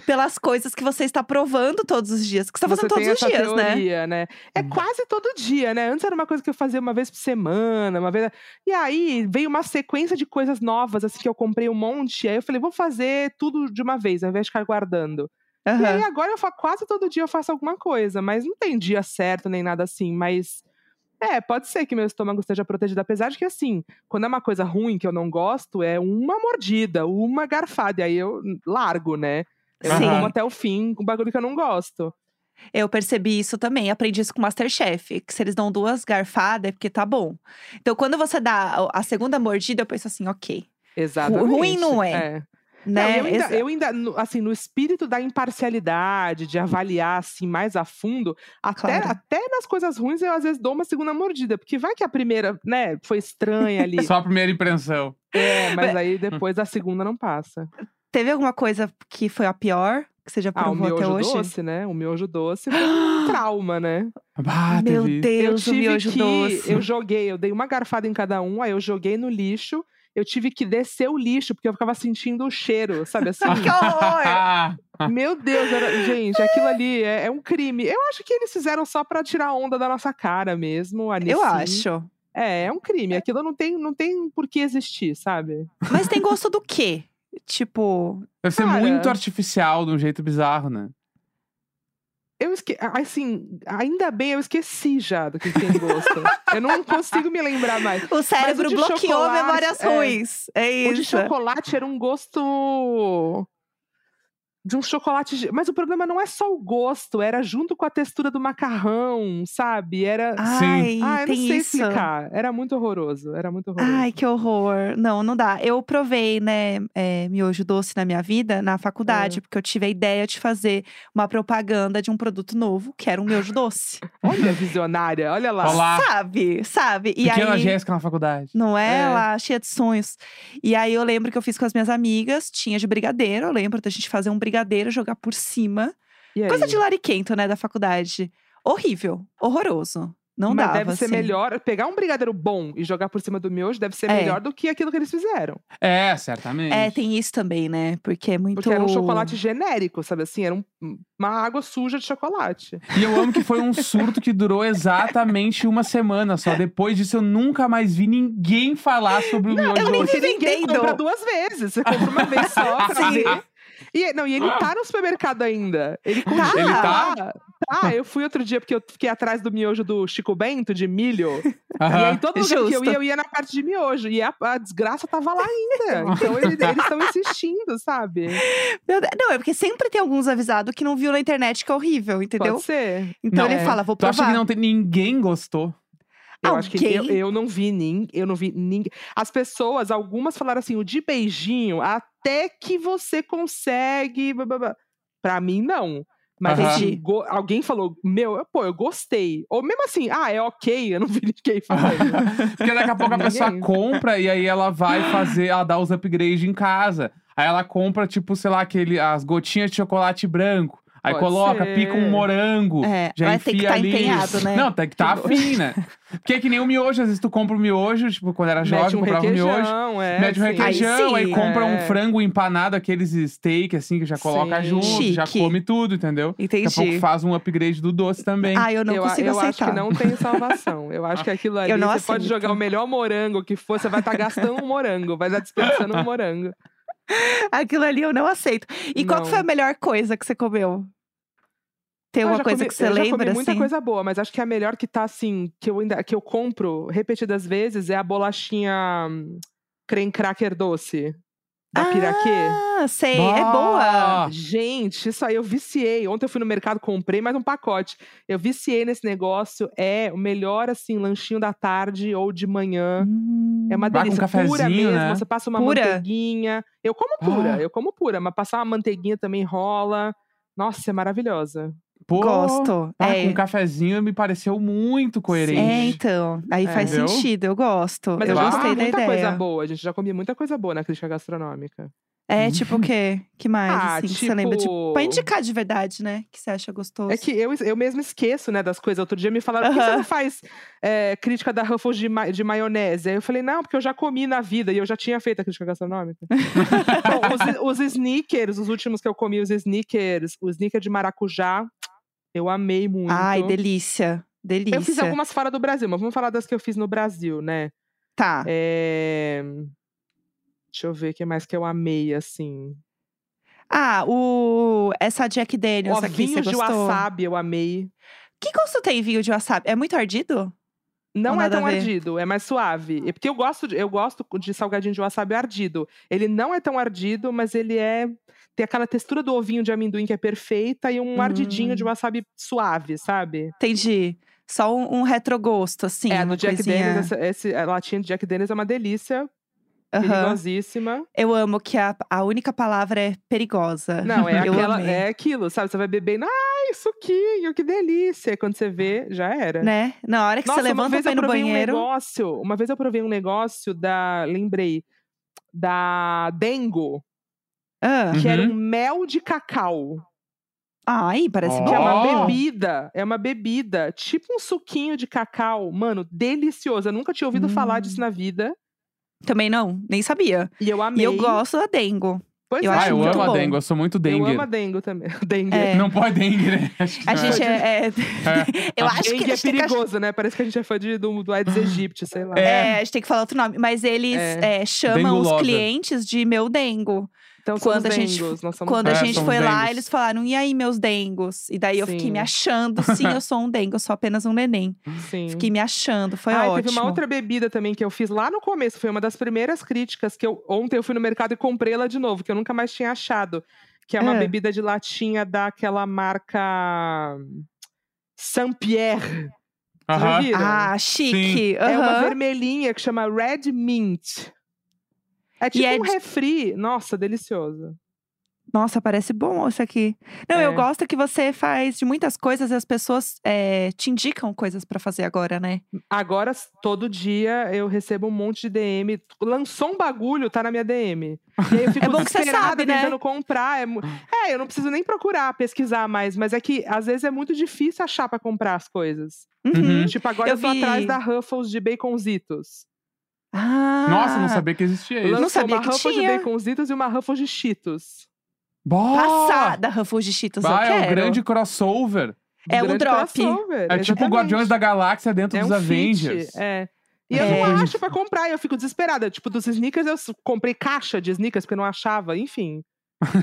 Speaker 1: pelas coisas que você está provando todos os dias. Que você está
Speaker 4: Você
Speaker 1: Tá fazendo
Speaker 4: tem
Speaker 1: todos os
Speaker 4: essa
Speaker 1: dias, né?
Speaker 4: teoria, né? É
Speaker 2: Hum.
Speaker 4: quase todo dia, né? Antes era uma coisa que eu fazia uma vez por semana, uma vez. E aí veio uma sequência de coisas novas, assim, que eu comprei um monte. Aí eu falei, vou fazer tudo de uma vez, ao invés de ficar guardando. E
Speaker 1: Aham.
Speaker 4: aí agora eu fa- quase todo dia eu faço alguma coisa, mas não tem dia certo nem nada assim, mas. É, pode ser que meu estômago esteja protegido, apesar de que, assim, quando é uma coisa ruim que eu não gosto, é uma mordida, uma garfada, e aí eu largo, né? Eu não
Speaker 1: Sim.
Speaker 4: como até o fim com um bagulho que eu não gosto.
Speaker 1: Eu percebi isso também, aprendi isso com o Masterchef, que se eles dão duas garfadas é porque tá bom. Então, quando você dá a a segunda mordida, eu penso assim, ok.
Speaker 4: Exatamente.
Speaker 1: não é,
Speaker 4: Não,
Speaker 1: Né?
Speaker 4: eu, ainda,
Speaker 1: Exa-
Speaker 4: eu ainda, no- assim, no espírito da imparcialidade, de avaliar assim mais a fundo, até,
Speaker 1: Claro.
Speaker 4: até nas coisas ruins eu às vezes dou uma segunda mordida, porque vai que a primeira, né, foi estranha ali.
Speaker 2: Só a primeira impressão.
Speaker 4: É, mas
Speaker 1: hum.
Speaker 4: aí depois da segunda não passa.
Speaker 1: Teve alguma coisa que foi a pior que você já
Speaker 4: Ah, o
Speaker 1: provou até
Speaker 4: miojo
Speaker 1: hoje?
Speaker 4: doce, né? O miojo doce foi um trauma, né?
Speaker 2: Bah,
Speaker 1: Meu
Speaker 2: Ah, teve-
Speaker 1: Deus,
Speaker 4: eu
Speaker 1: o
Speaker 4: tive
Speaker 1: miojo
Speaker 4: que,
Speaker 1: doce.
Speaker 4: eu joguei, eu dei uma garfada em cada um, aí eu joguei no lixo. Eu tive que descer o lixo, porque eu ficava sentindo o cheiro, sabe assim?
Speaker 1: Que horror!
Speaker 4: Meu Deus, era- gente, aquilo ali é, é um crime. Eu acho que eles fizeram só pra tirar onda da nossa cara mesmo. a
Speaker 1: Eu
Speaker 4: Nissin.
Speaker 1: acho.
Speaker 4: É, é um crime. Aquilo não tem, não tem por que existir, sabe?
Speaker 1: Mas tem gosto do quê? Tipo,
Speaker 2: Deve ser
Speaker 4: Cara.
Speaker 2: muito artificial, de um jeito bizarro, né?
Speaker 4: Eu esque... a- Assim, ainda bem eu esqueci já do que tem gosto. eu não consigo me lembrar mais.
Speaker 1: o cérebro
Speaker 4: de
Speaker 1: bloqueou
Speaker 4: chocolate,
Speaker 1: memórias
Speaker 4: é.
Speaker 1: ruins. É
Speaker 4: O de
Speaker 1: isso.
Speaker 4: chocolate era um gosto. De um chocolate. ge- Mas o problema não é só o gosto, era junto com a textura do macarrão, sabe? Era.
Speaker 1: Ai,
Speaker 4: ah, eu não
Speaker 1: tem
Speaker 4: sei
Speaker 1: isso.
Speaker 4: explicar. Era muito horroroso. Era muito horroroso.
Speaker 1: Ai, que horror. Não, não dá. Eu provei, né, é, miojo doce na minha vida, na
Speaker 4: É.
Speaker 1: faculdade, porque eu tive a ideia de fazer uma propaganda de um produto novo, que era um miojo doce.
Speaker 4: Olha, visionária, olha lá.
Speaker 2: Olá.
Speaker 1: Sabe? Sabe? E
Speaker 2: Pequena
Speaker 1: aí.
Speaker 2: Jéssica na faculdade.
Speaker 1: Não é?
Speaker 4: É.
Speaker 1: Ela cheia de sonhos. E aí eu lembro que eu fiz com as minhas amigas, tinha de brigadeiro, eu lembro da gente fazer um brigadeiro, jogar por cima.
Speaker 4: E aí?
Speaker 1: Coisa de lariquento, né, da faculdade. Horrível, horroroso. Não
Speaker 4: Mas
Speaker 1: dava,
Speaker 4: deve ser
Speaker 1: assim.
Speaker 4: melhor. Pegar um brigadeiro bom e jogar por cima do miojo deve ser
Speaker 1: É.
Speaker 4: melhor do que aquilo que eles fizeram.
Speaker 2: É, certamente.
Speaker 1: É, tem isso também, né? Porque é muito.
Speaker 4: Porque era um chocolate genérico, sabe assim? Era um- uma água suja de chocolate.
Speaker 2: E eu amo que foi um surto que durou exatamente uma semana só. Depois disso, eu nunca mais vi ninguém falar sobre o miojo.
Speaker 1: eu nem
Speaker 2: doce.
Speaker 1: vi
Speaker 4: Porque ninguém
Speaker 1: vendendo.
Speaker 4: compra duas vezes. Você compra uma vez só pra
Speaker 1: Sim.
Speaker 4: ver. E, não, e ele tá no supermercado ainda. Ele continua
Speaker 2: Ele tá?
Speaker 4: lá. Tá, eu fui outro dia porque eu fiquei atrás do miojo do Chico Bento, de milho. E aí,
Speaker 2: Aham.
Speaker 4: todo lugar que eu
Speaker 1: Justo.
Speaker 4: ia, eu ia na parte de miojo. E a, a desgraça tava lá ainda. Então, ele- eles estão insistindo, sabe?
Speaker 1: Meu Deus, Não, é porque sempre tem alguns avisados que não viu na internet que é horrível, entendeu?
Speaker 4: Pode ser.
Speaker 1: Então
Speaker 2: Não,
Speaker 1: ele
Speaker 2: é.
Speaker 1: fala, vou
Speaker 2: Tu acha
Speaker 1: provar.
Speaker 2: que não tem ninguém gostou?
Speaker 4: Eu acho que
Speaker 1: Alguém?
Speaker 4: eu, eu não vi ninguém, eu não vi ninguém. As pessoas, algumas falaram assim, o de beijinho, até que você consegue. blá, blá, blá. Pra mim, não. Mas
Speaker 2: Aham.
Speaker 4: assim, go- alguém falou, meu, eu- pô, eu gostei. Ou mesmo assim, ah, é ok, eu não vi ninguém falando.
Speaker 2: Porque daqui a pouco a pessoa
Speaker 4: Ninguém.
Speaker 2: compra e aí ela vai fazer, ela dá os upgrades em casa. Aí ela compra, tipo, sei lá, aquele, as gotinhas de chocolate branco. Aí
Speaker 4: Pode
Speaker 2: coloca,
Speaker 4: ser.
Speaker 2: pica um morango.
Speaker 1: É,
Speaker 2: Já
Speaker 1: mas
Speaker 2: enfia
Speaker 1: tem que estar
Speaker 2: ali.
Speaker 1: empenhado, né?
Speaker 2: Não, tem que estar
Speaker 1: Que
Speaker 2: afim, né? Porque é que nem o miojo, às vezes tu compra o miojo, tipo, quando era jovem,
Speaker 4: Mete um
Speaker 2: comprava o miojo.
Speaker 4: requeijão, é.
Speaker 2: Mete um
Speaker 4: sim.
Speaker 2: requeijão, aí,
Speaker 1: Aí sim.
Speaker 2: compra um
Speaker 4: É.
Speaker 2: frango empanado, aqueles steak, assim, que já coloca
Speaker 4: Sim.
Speaker 2: junto, já
Speaker 1: Chique.
Speaker 2: come tudo, entendeu? Daqui a pouco
Speaker 1: Entendi.
Speaker 2: faz um upgrade do doce também.
Speaker 1: Ah, eu não
Speaker 4: eu, a-
Speaker 1: consigo
Speaker 4: eu acho
Speaker 1: aceitar.
Speaker 4: que não tem salvação. Eu acho que aquilo ali,
Speaker 1: Eu não
Speaker 4: você pode
Speaker 1: aceito.
Speaker 4: jogar o melhor morango que for, você vai estar gastando um morango, vai estar desperdiçando um morango.
Speaker 1: Aquilo ali eu não aceito. E qual que
Speaker 4: Não.
Speaker 1: foi a melhor coisa que você comeu? Tem
Speaker 4: Ah,
Speaker 1: É uma
Speaker 4: já
Speaker 1: coisa
Speaker 4: comi-
Speaker 1: que você
Speaker 4: eu
Speaker 1: lembra,
Speaker 4: já comi muita
Speaker 1: assim?
Speaker 4: coisa boa, mas acho que a melhor que tá assim, que eu ainda que eu compro repetidas vezes é a bolachinha hum, creme cracker doce da Piraquê.
Speaker 1: Ah, sei. É
Speaker 2: Bah!
Speaker 1: boa.
Speaker 4: Gente, isso aí eu viciei. Ontem eu fui no mercado, comprei mais um pacote. Eu viciei nesse negócio. É o melhor, assim, lanchinho da tarde ou de manhã. É
Speaker 1: Hum,
Speaker 4: uma
Speaker 2: Vai com
Speaker 4: delícia. pura
Speaker 2: cafezinho,
Speaker 4: mesmo.
Speaker 2: né?
Speaker 4: Você passa uma
Speaker 1: Pura?
Speaker 4: manteiguinha. Eu como pura,
Speaker 2: Ah.
Speaker 4: eu como pura, mas passar uma manteiguinha também rola. Nossa, é maravilhosa.
Speaker 2: Pô,
Speaker 1: Gosto.
Speaker 2: Ah,
Speaker 1: é.
Speaker 2: com um cafezinho me pareceu muito coerente.
Speaker 1: É, então. Aí
Speaker 4: É.
Speaker 1: faz
Speaker 2: Entendeu?
Speaker 1: sentido, eu gosto.
Speaker 4: Mas eu
Speaker 1: eu
Speaker 4: já
Speaker 1: gostei
Speaker 4: comi
Speaker 1: da
Speaker 4: muita
Speaker 1: ideia.
Speaker 4: coisa boa, gente. Já comi muita coisa boa na crítica gastronômica.
Speaker 1: É, tipo o quê? Que mais,
Speaker 4: ah,
Speaker 1: assim,
Speaker 4: tipo...
Speaker 1: que você lembra? Tipo, pra indicar de verdade, né? Que você acha gostoso.
Speaker 4: É que eu, eu mesmo esqueço, né, das coisas. Outro dia me falaram, por que você
Speaker 1: Aham.
Speaker 4: não faz é, crítica da Ruffles de, ma- de maionese? Aí eu falei, não, porque eu já comi na vida e eu já tinha feito a crítica gastronômica. Então, os, os sneakers, os últimos que eu comi, os sneakers, o sneaker de maracujá, eu amei muito.
Speaker 1: Ai, delícia. Delícia.
Speaker 4: Eu fiz algumas fora do Brasil, mas vamos falar das que eu fiz no Brasil, né?
Speaker 1: Tá.
Speaker 4: É, Deixa eu ver o que mais que eu amei, assim.
Speaker 1: Ah, o... Essa Jack Daniels
Speaker 4: Ó,
Speaker 1: aqui, você
Speaker 4: vinho de
Speaker 1: gostou?
Speaker 4: wasabi eu amei.
Speaker 1: Que gosto tem vinho de wasabi? É muito ardido?
Speaker 4: Não é
Speaker 1: nada a
Speaker 4: tão
Speaker 1: ver. Hum.
Speaker 4: ardido, é mais suave. E porque eu gosto, de, eu gosto de salgadinho de wasabi ardido. Ele não é tão ardido, mas ele é tem aquela textura do ovinho de amendoim que é perfeita e um ardidinho de
Speaker 1: Hum.
Speaker 4: wasabi suave, sabe?
Speaker 1: Entendi. Só um, um retrogosto, assim.
Speaker 4: é, a
Speaker 1: uma
Speaker 4: do Jack
Speaker 1: coisinha.
Speaker 4: Daniels, essa, esse- a latinha de Jack Daniels é uma delícia,
Speaker 1: Aham.
Speaker 4: perigosíssima.
Speaker 1: Eu amo que a, a única palavra é perigosa.
Speaker 4: Não, é
Speaker 1: Eu
Speaker 4: aquela,
Speaker 1: amei.
Speaker 4: é aquilo, sabe? Você vai bebendo, ai, suquinho, que delícia. E quando você vê, já era.
Speaker 1: Né? Na hora que
Speaker 4: Nossa,
Speaker 1: você
Speaker 4: uma
Speaker 1: levanta
Speaker 4: vez
Speaker 1: vai
Speaker 4: eu
Speaker 1: no
Speaker 4: provei um
Speaker 1: banheiro.
Speaker 4: negócio, uma vez eu provei um negócio da, lembrei, da Dengo,
Speaker 1: Ah.
Speaker 2: Hum.
Speaker 4: que era
Speaker 2: Uhum.
Speaker 4: um mel de cacau,
Speaker 1: Ai, parece
Speaker 2: Ó.
Speaker 4: que é
Speaker 1: bom.
Speaker 2: Oh.
Speaker 4: uma bebida, é uma bebida, tipo um suquinho de cacau, mano, delicioso. Eu nunca tinha ouvido falar
Speaker 1: Hum.
Speaker 4: disso na vida
Speaker 1: Também não, nem sabia.
Speaker 4: e eu amei.
Speaker 1: E eu gosto da dengo.
Speaker 4: Pois
Speaker 1: eu
Speaker 4: é,
Speaker 2: Ah,
Speaker 1: acho
Speaker 2: eu
Speaker 1: muito
Speaker 2: amo a
Speaker 1: bom.
Speaker 2: dengue, eu sou muito
Speaker 4: eu
Speaker 2: dengue.
Speaker 4: amo a Dengo também. Dengue.
Speaker 1: É.
Speaker 2: Não pode dengue, né? Acho que
Speaker 1: A
Speaker 2: não
Speaker 1: gente é. é- eu
Speaker 2: A
Speaker 1: acho que
Speaker 4: Dengue
Speaker 1: a
Speaker 4: é
Speaker 1: gente tem que ach-
Speaker 4: perigoso, né? Parece que a gente é fã de, do, do Aedes aegypti, sei lá.
Speaker 2: É.
Speaker 1: É, a gente tem que falar outro nome. Mas eles
Speaker 4: É.
Speaker 1: é, chamam
Speaker 2: Dengo
Speaker 1: os
Speaker 2: lover.
Speaker 1: clientes de meu dengo.
Speaker 4: Então somos
Speaker 1: Quando a gente-
Speaker 4: dengos, nós somos
Speaker 1: Quando a
Speaker 2: É,
Speaker 1: gente
Speaker 2: somos
Speaker 1: foi lá,
Speaker 2: dengos.
Speaker 1: eles falaram, e aí, meus dengos? E daí eu fiquei me
Speaker 4: Sim.
Speaker 1: achando, sim, eu sou um dengo, eu sou apenas um neném.
Speaker 4: Sim.
Speaker 1: Fiquei me achando, foi
Speaker 4: Ah, e
Speaker 1: ótimo.
Speaker 4: teve uma outra bebida também que eu fiz lá no começo. Foi uma das primeiras críticas que eu ontem eu fui no mercado e comprei ela de novo, que eu nunca mais tinha achado. Que é uma
Speaker 1: Ah.
Speaker 4: bebida de latinha daquela marca Saint Pierre.
Speaker 2: Aham.
Speaker 4: viram?
Speaker 1: Ah, chique.
Speaker 4: É uma
Speaker 1: aham.
Speaker 4: vermelhinha que chama Red Mint. É tipo
Speaker 1: é
Speaker 4: um
Speaker 1: de-
Speaker 4: refri. Nossa, delicioso.
Speaker 1: Nossa, parece bom isso aqui. Não, eu
Speaker 4: É.
Speaker 1: gosto que você faz de muitas coisas e as pessoas é, te indicam coisas pra fazer agora, né?
Speaker 4: Agora, s- todo dia, eu recebo um monte de DM. Lançou um bagulho, tá na minha DM. E aí eu fico
Speaker 1: É bom que você
Speaker 4: desesperada,
Speaker 1: sabe, né?
Speaker 4: tentando comprar. É, mu- é, eu não preciso nem procurar, pesquisar mais. Mas é que, às vezes, é muito difícil achar pra comprar as coisas.
Speaker 2: Uhum.
Speaker 4: Tipo, agora
Speaker 1: Eu
Speaker 4: eu, tô atrás
Speaker 1: vi.
Speaker 4: da Ruffles de baconzitos.
Speaker 1: Ah,
Speaker 2: Nossa, não sabia que existia isso.
Speaker 1: Lan-
Speaker 4: Lançou
Speaker 1: sabia
Speaker 4: uma
Speaker 1: que
Speaker 4: Ruffles
Speaker 1: tinha.
Speaker 4: de baconzitos e uma Ruffles de Cheetos.
Speaker 2: Bah!
Speaker 1: Passada, Ruffles de Cheetos, eu
Speaker 2: Bah, Oh! é um
Speaker 1: quero.
Speaker 2: grande crossover.
Speaker 1: É um
Speaker 4: Grande
Speaker 1: drop.
Speaker 4: crossover,
Speaker 2: É tipo o Guardiões
Speaker 4: exatamente.
Speaker 2: da Galáxia dentro
Speaker 4: é
Speaker 2: dos
Speaker 4: um
Speaker 2: Avengers.
Speaker 4: Fit, é. E eu
Speaker 1: É.
Speaker 4: não acho pra comprar, eu fico desesperada. Tipo, dos sneakers, eu s- comprei caixa de sneakers porque eu não achava, enfim.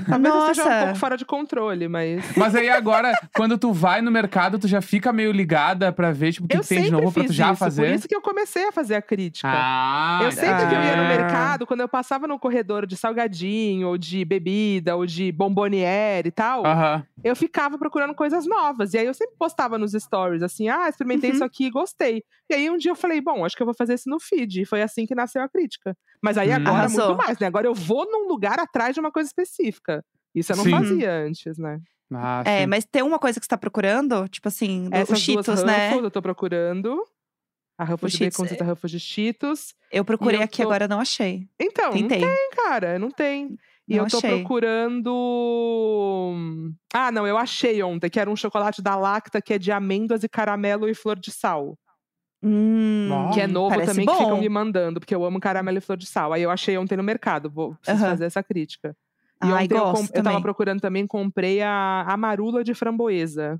Speaker 4: Talvez eu seja um
Speaker 1: Nossa.
Speaker 4: pouco fora de controle, mas.
Speaker 2: Mas aí agora, quando tu vai no mercado, tu já fica meio ligada pra ver, tipo, o que,
Speaker 4: eu
Speaker 2: que tem
Speaker 4: sempre
Speaker 2: de novo pra
Speaker 4: fiz
Speaker 2: tu já
Speaker 4: isso,
Speaker 2: fazer.
Speaker 4: por isso que eu comecei a fazer a crítica.
Speaker 2: Ah,
Speaker 4: eu sempre que eu ia no
Speaker 2: entendi.
Speaker 4: mercado, quando eu passava no corredor de salgadinho, ou de bebida, ou de bomboniere e tal,
Speaker 2: Aham.
Speaker 4: eu ficava procurando coisas novas. E aí eu sempre postava nos stories, assim, ah, experimentei
Speaker 1: Uhum.
Speaker 4: isso aqui e gostei. E aí um dia eu falei, bom, acho que eu vou fazer isso no feed. E foi assim que nasceu a crítica. Mas aí
Speaker 2: Hum.
Speaker 4: agora é
Speaker 1: Arrasou.
Speaker 4: muito mais, né? Agora eu vou num lugar atrás de uma coisa específica. Isso eu não
Speaker 2: Sim.
Speaker 4: fazia antes, né?
Speaker 2: Ah,
Speaker 1: É,
Speaker 2: sim.
Speaker 1: mas tem uma coisa que você tá procurando, tipo assim, do- os
Speaker 4: Essas duas
Speaker 1: Cheetos,
Speaker 4: Ruffles
Speaker 1: né?
Speaker 4: eu tô procurando. A Ruffles
Speaker 1: Os
Speaker 4: de
Speaker 1: Cheetos, é.
Speaker 4: bacon e a Ruffles de Cheetos.
Speaker 1: Eu procurei
Speaker 4: eu
Speaker 1: aqui
Speaker 4: tô-
Speaker 1: agora, não achei.
Speaker 4: Então, não
Speaker 1: Tentei.
Speaker 4: tem, cara, não tem. E
Speaker 1: Não
Speaker 4: eu tô
Speaker 1: achei.
Speaker 4: procurando. Ah, não, eu achei ontem, que era um chocolate da Lacta, que é de amêndoas e caramelo e flor de sal.
Speaker 1: Hum,
Speaker 2: Nossa.
Speaker 4: Que é novo
Speaker 1: parece
Speaker 4: também,
Speaker 1: bom.
Speaker 4: que ficam me mandando, porque eu amo caramelo e flor de sal. Aí eu achei ontem no mercado, vou preciso
Speaker 1: Aham.
Speaker 4: fazer essa crítica. E
Speaker 1: Ai,
Speaker 4: ontem eu,
Speaker 1: gosto
Speaker 4: com- eu tava
Speaker 1: também.
Speaker 4: procurando também, comprei a amarula de framboesa.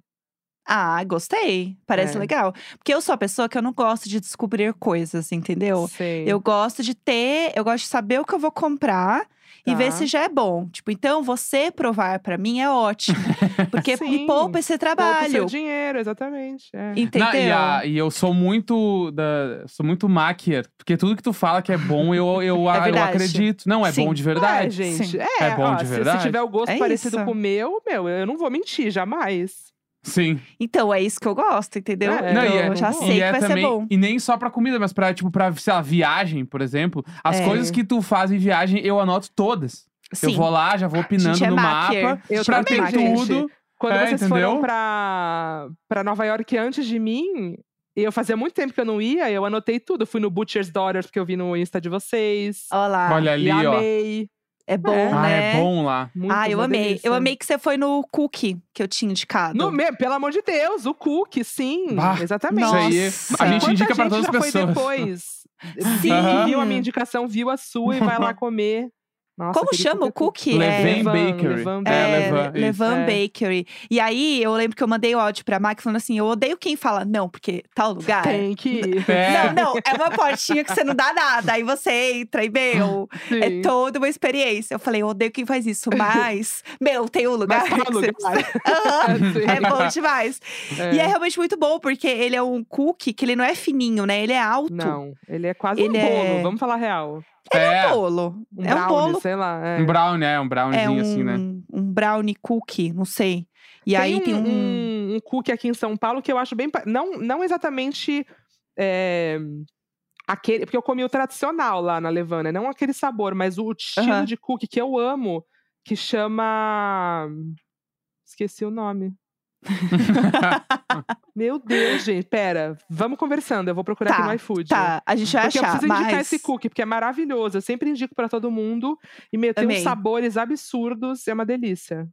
Speaker 1: Ah, gostei. Parece
Speaker 4: É.
Speaker 1: legal. Porque eu sou a pessoa que eu não gosto de descobrir coisas, entendeu?
Speaker 4: Sim.
Speaker 1: Eu gosto de ter, eu gosto de saber o que eu vou comprar e ver
Speaker 4: Tá.
Speaker 1: se já é bom. Tipo, então você provar pra mim é ótimo. Porque me
Speaker 4: Sim,
Speaker 1: poupa esse
Speaker 4: Poupa o
Speaker 1: trabalho.
Speaker 4: seu dinheiro, exatamente. é.
Speaker 1: Entendeu?
Speaker 2: Não, e, a- e eu sou muito da, sou muito maquer, porque tudo que tu fala que é bom, eu, eu,
Speaker 1: É
Speaker 2: eu
Speaker 1: verdade.
Speaker 2: acredito. Não, é
Speaker 1: Sim.
Speaker 2: bom de
Speaker 4: É,
Speaker 2: verdade.
Speaker 1: Sim.
Speaker 4: gente. É,
Speaker 2: É bom
Speaker 4: ó,
Speaker 2: de
Speaker 4: se- Se,
Speaker 2: verdade?
Speaker 4: tiver o gosto
Speaker 1: É
Speaker 4: parecido
Speaker 1: isso.
Speaker 4: com o meu, meu, eu não vou mentir, jamais.
Speaker 2: Sim.
Speaker 1: Então é isso que eu gosto, entendeu? Então,
Speaker 4: É,
Speaker 2: Não, e
Speaker 1: eu
Speaker 2: é-
Speaker 1: já
Speaker 4: e
Speaker 1: sei
Speaker 2: e
Speaker 1: que
Speaker 2: é
Speaker 1: vai
Speaker 2: também,
Speaker 1: ser bom.
Speaker 2: E nem só pra comida, mas pra, tipo, pra, sei lá, viagem, por exemplo. As
Speaker 1: É.
Speaker 2: coisas que tu faz em viagem, eu anoto todas.
Speaker 1: Sim.
Speaker 2: Eu vou lá, já vou opinando
Speaker 1: é
Speaker 2: no
Speaker 1: maker.
Speaker 2: mapa.
Speaker 4: Eu
Speaker 2: pra
Speaker 4: também,
Speaker 2: ter
Speaker 4: gente.
Speaker 2: tudo.
Speaker 4: Quando
Speaker 2: É,
Speaker 4: vocês
Speaker 2: entendeu?
Speaker 4: foram pra, pra Nova York antes de mim, eu fazia muito tempo que eu não ia, eu anotei tudo. Fui no Butcher's Daughters, porque eu vi no Insta de vocês.
Speaker 1: Olha lá,
Speaker 2: Olha ali,
Speaker 4: e
Speaker 2: ó.
Speaker 4: amei.
Speaker 1: é bom,
Speaker 4: É.
Speaker 2: Ah,
Speaker 1: né?
Speaker 2: é bom lá.
Speaker 4: Muito,
Speaker 1: Ah, eu
Speaker 4: uma
Speaker 1: amei.
Speaker 4: delícia.
Speaker 1: Eu amei que você foi no cookie que eu tinha indicado.
Speaker 4: No, me- pelo amor de Deus, o cookie, sim.
Speaker 2: Bah,
Speaker 4: exatamente.
Speaker 1: Nossa.
Speaker 2: Isso aí, a gente
Speaker 4: Quanta
Speaker 2: indica pra
Speaker 4: gente
Speaker 2: todas as
Speaker 4: já foi
Speaker 2: pessoas.
Speaker 4: depois.
Speaker 1: Sim.
Speaker 2: Aham.
Speaker 4: Viu a minha indicação, viu a sua e vai lá comer. Nossa,
Speaker 1: Como
Speaker 4: aquele
Speaker 1: chama
Speaker 4: é
Speaker 1: o cookie?
Speaker 2: Levain
Speaker 1: É-
Speaker 4: Levan,
Speaker 2: Bakery.
Speaker 4: Levan
Speaker 2: É,
Speaker 1: É,
Speaker 2: Levan. isso.
Speaker 1: Levan
Speaker 4: É.
Speaker 1: Bakery. E aí, eu lembro que eu mandei o áudio pra Mac falando assim: eu odeio quem fala, não, porque tal lugar.
Speaker 4: Tem que ir.
Speaker 2: É.
Speaker 1: Não, não, é uma portinha que você não dá nada. Aí você entra e, meu, é
Speaker 4: sim.
Speaker 1: toda uma experiência. Eu falei, eu odeio quem faz isso, mas, meu, tem um lugar.
Speaker 4: Mas tá
Speaker 1: que
Speaker 4: no
Speaker 1: você-
Speaker 4: lugar.
Speaker 1: Aham,
Speaker 4: Sim.
Speaker 1: É bom demais.
Speaker 4: É.
Speaker 1: E é realmente muito bom, porque ele é um cookie que ele não é fininho, né? Ele é alto.
Speaker 4: Não, ele é quase
Speaker 1: Ele
Speaker 4: um bolo,
Speaker 1: é-
Speaker 4: vamos falar real.
Speaker 1: É
Speaker 2: É,
Speaker 1: um bolo.
Speaker 4: Um
Speaker 1: é um
Speaker 4: brownie,
Speaker 1: bolo
Speaker 4: sei lá. é.
Speaker 2: um brownie, é, um
Speaker 1: é
Speaker 2: brownzinho
Speaker 1: um,
Speaker 2: assim, né?
Speaker 1: um brownie cookie, não sei. E aí tem um.
Speaker 4: um cookie aqui em São Paulo que eu acho bem. pa- Não, não exatamente. é, aquele, porque eu comi o tradicional lá na Levana, não aquele sabor, mas o estilo
Speaker 1: Aham.
Speaker 4: de cookie que eu amo, que chama. Esqueci o nome. Meu Deus, gente, pera. Vamos conversando, eu vou procurar aqui no iFood.
Speaker 1: Tá, a gente vai
Speaker 4: Porque eu
Speaker 1: achar.
Speaker 4: preciso indicar
Speaker 1: mas...
Speaker 4: esse cookie, porque é maravilhoso. Eu sempre indico pra todo mundo. E meu, tem
Speaker 1: Amei.
Speaker 4: uns sabores absurdos. É uma delícia.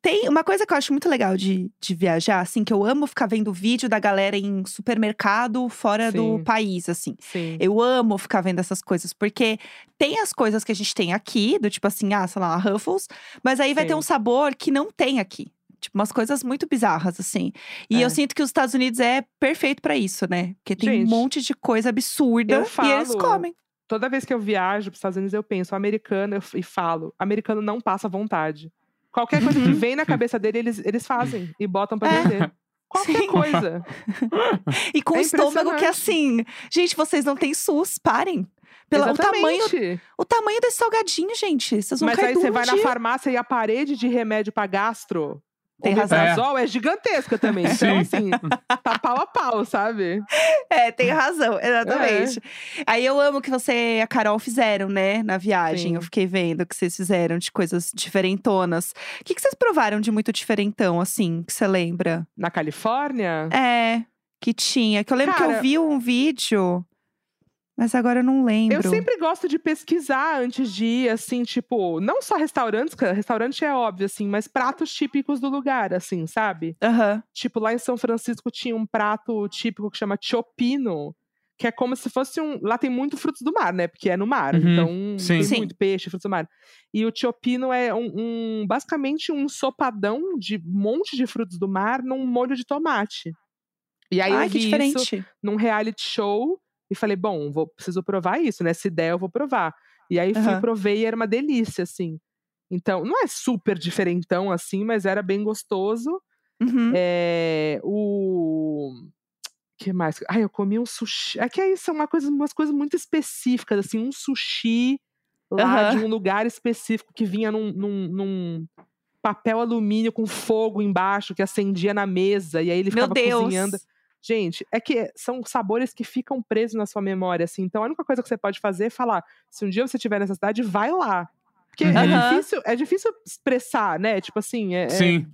Speaker 1: Tem uma coisa que eu acho muito legal de, de viajar, assim, que eu amo ficar vendo vídeo da galera em supermercado fora do
Speaker 4: Sim.
Speaker 1: país, assim.
Speaker 4: Sim.
Speaker 1: Eu amo ficar vendo essas coisas, porque tem as coisas que a gente tem aqui, do tipo assim, ah, sei lá, a Ruffles, mas aí vai ter
Speaker 4: Sim.
Speaker 1: um sabor que não tem aqui. Tipo, umas coisas muito bizarras, assim. E eu
Speaker 4: É.
Speaker 1: sinto que os Estados Unidos é perfeito pra isso, né? Porque tem um
Speaker 4: Gente,
Speaker 1: monte de coisa absurda
Speaker 4: eu
Speaker 1: e eles
Speaker 4: falo-
Speaker 1: comem.
Speaker 4: Toda vez que eu viajo pros Estados Unidos, eu penso, o americano, eu f- e falo, americano não passa vontade. Qualquer coisa que vem na cabeça dele, eles, eles fazem e botam pra
Speaker 1: Uhum. É.
Speaker 4: vender. Qualquer
Speaker 1: Sim.
Speaker 4: coisa.
Speaker 1: E com
Speaker 4: É
Speaker 1: o estômago que é
Speaker 4: impressionante.
Speaker 1: assim. Gente, vocês não têm SUS, parem. Pela, o tamanho
Speaker 4: Exatamente.
Speaker 1: O tamanho desse salgadinho, gente. Vocês vão
Speaker 4: Mas
Speaker 1: cair
Speaker 4: aí
Speaker 1: duro
Speaker 4: você vai
Speaker 1: de...
Speaker 4: na farmácia e a parede de remédio pra gastro.
Speaker 1: Tem
Speaker 4: o
Speaker 1: razão.
Speaker 4: Omeprazol é gigantesca também. Então, assim, tá pau a pau, sabe?
Speaker 1: É, tem razão, exatamente.
Speaker 4: É.
Speaker 1: Aí eu amo que você e a Carol fizeram, né, na viagem.
Speaker 4: Sim.
Speaker 1: Eu fiquei vendo que vocês fizeram de coisas diferentonas. O que, que vocês provaram de muito diferentão, assim, que você lembra?
Speaker 4: Na Califórnia,
Speaker 1: É, que tinha. Que eu lembro que eu
Speaker 4: Cara-
Speaker 1: vi um vídeo, mas agora eu não lembro.
Speaker 4: Eu sempre gosto de pesquisar antes de ir, assim, tipo, não só restaurantes, que restaurante é óbvio, assim, mas pratos típicos do lugar, assim, sabe?
Speaker 1: Aham.
Speaker 4: Tipo, lá em São Francisco tinha um prato típico que chama chopino, que é como se fosse um. Lá tem muito frutos do mar, né? Porque é no mar,
Speaker 2: Uhum,
Speaker 4: então
Speaker 2: sim.
Speaker 4: tem
Speaker 1: Sim.
Speaker 4: muito peixe, frutos do mar. E o chopino é um, um- basicamente um ensopadão de um monte de frutos do mar num molho de tomate. E aí
Speaker 1: Ai,
Speaker 4: eu vi
Speaker 1: que
Speaker 4: isso
Speaker 1: diferente.
Speaker 4: num reality show e falei, bom, vou preciso provar isso, né? Se der, eu vou provar. E aí fui
Speaker 1: Aham.
Speaker 4: provei e era uma delícia, assim. Então, não é super diferentão assim, mas era bem gostoso.
Speaker 1: Uhum.
Speaker 4: É, o que mais? Ai, eu comi um sushi. É que aí são uma coisa, umas coisas muito específicas, assim, um sushi lá
Speaker 1: Aham.
Speaker 4: de um lugar específico que vinha num, num- num papel alumínio com fogo embaixo que acendia na mesa e aí ele
Speaker 1: Meu
Speaker 4: ficava
Speaker 1: Deus.
Speaker 4: cozinhando. Gente, é que são sabores que ficam presos na sua memória, assim. Então a única coisa que você pode fazer é falar: se um dia você tiver nessa cidade, vai lá. Porque
Speaker 1: Aham.
Speaker 4: é, difícil, é difícil expressar, né? Tipo assim, é. é-
Speaker 2: Sim.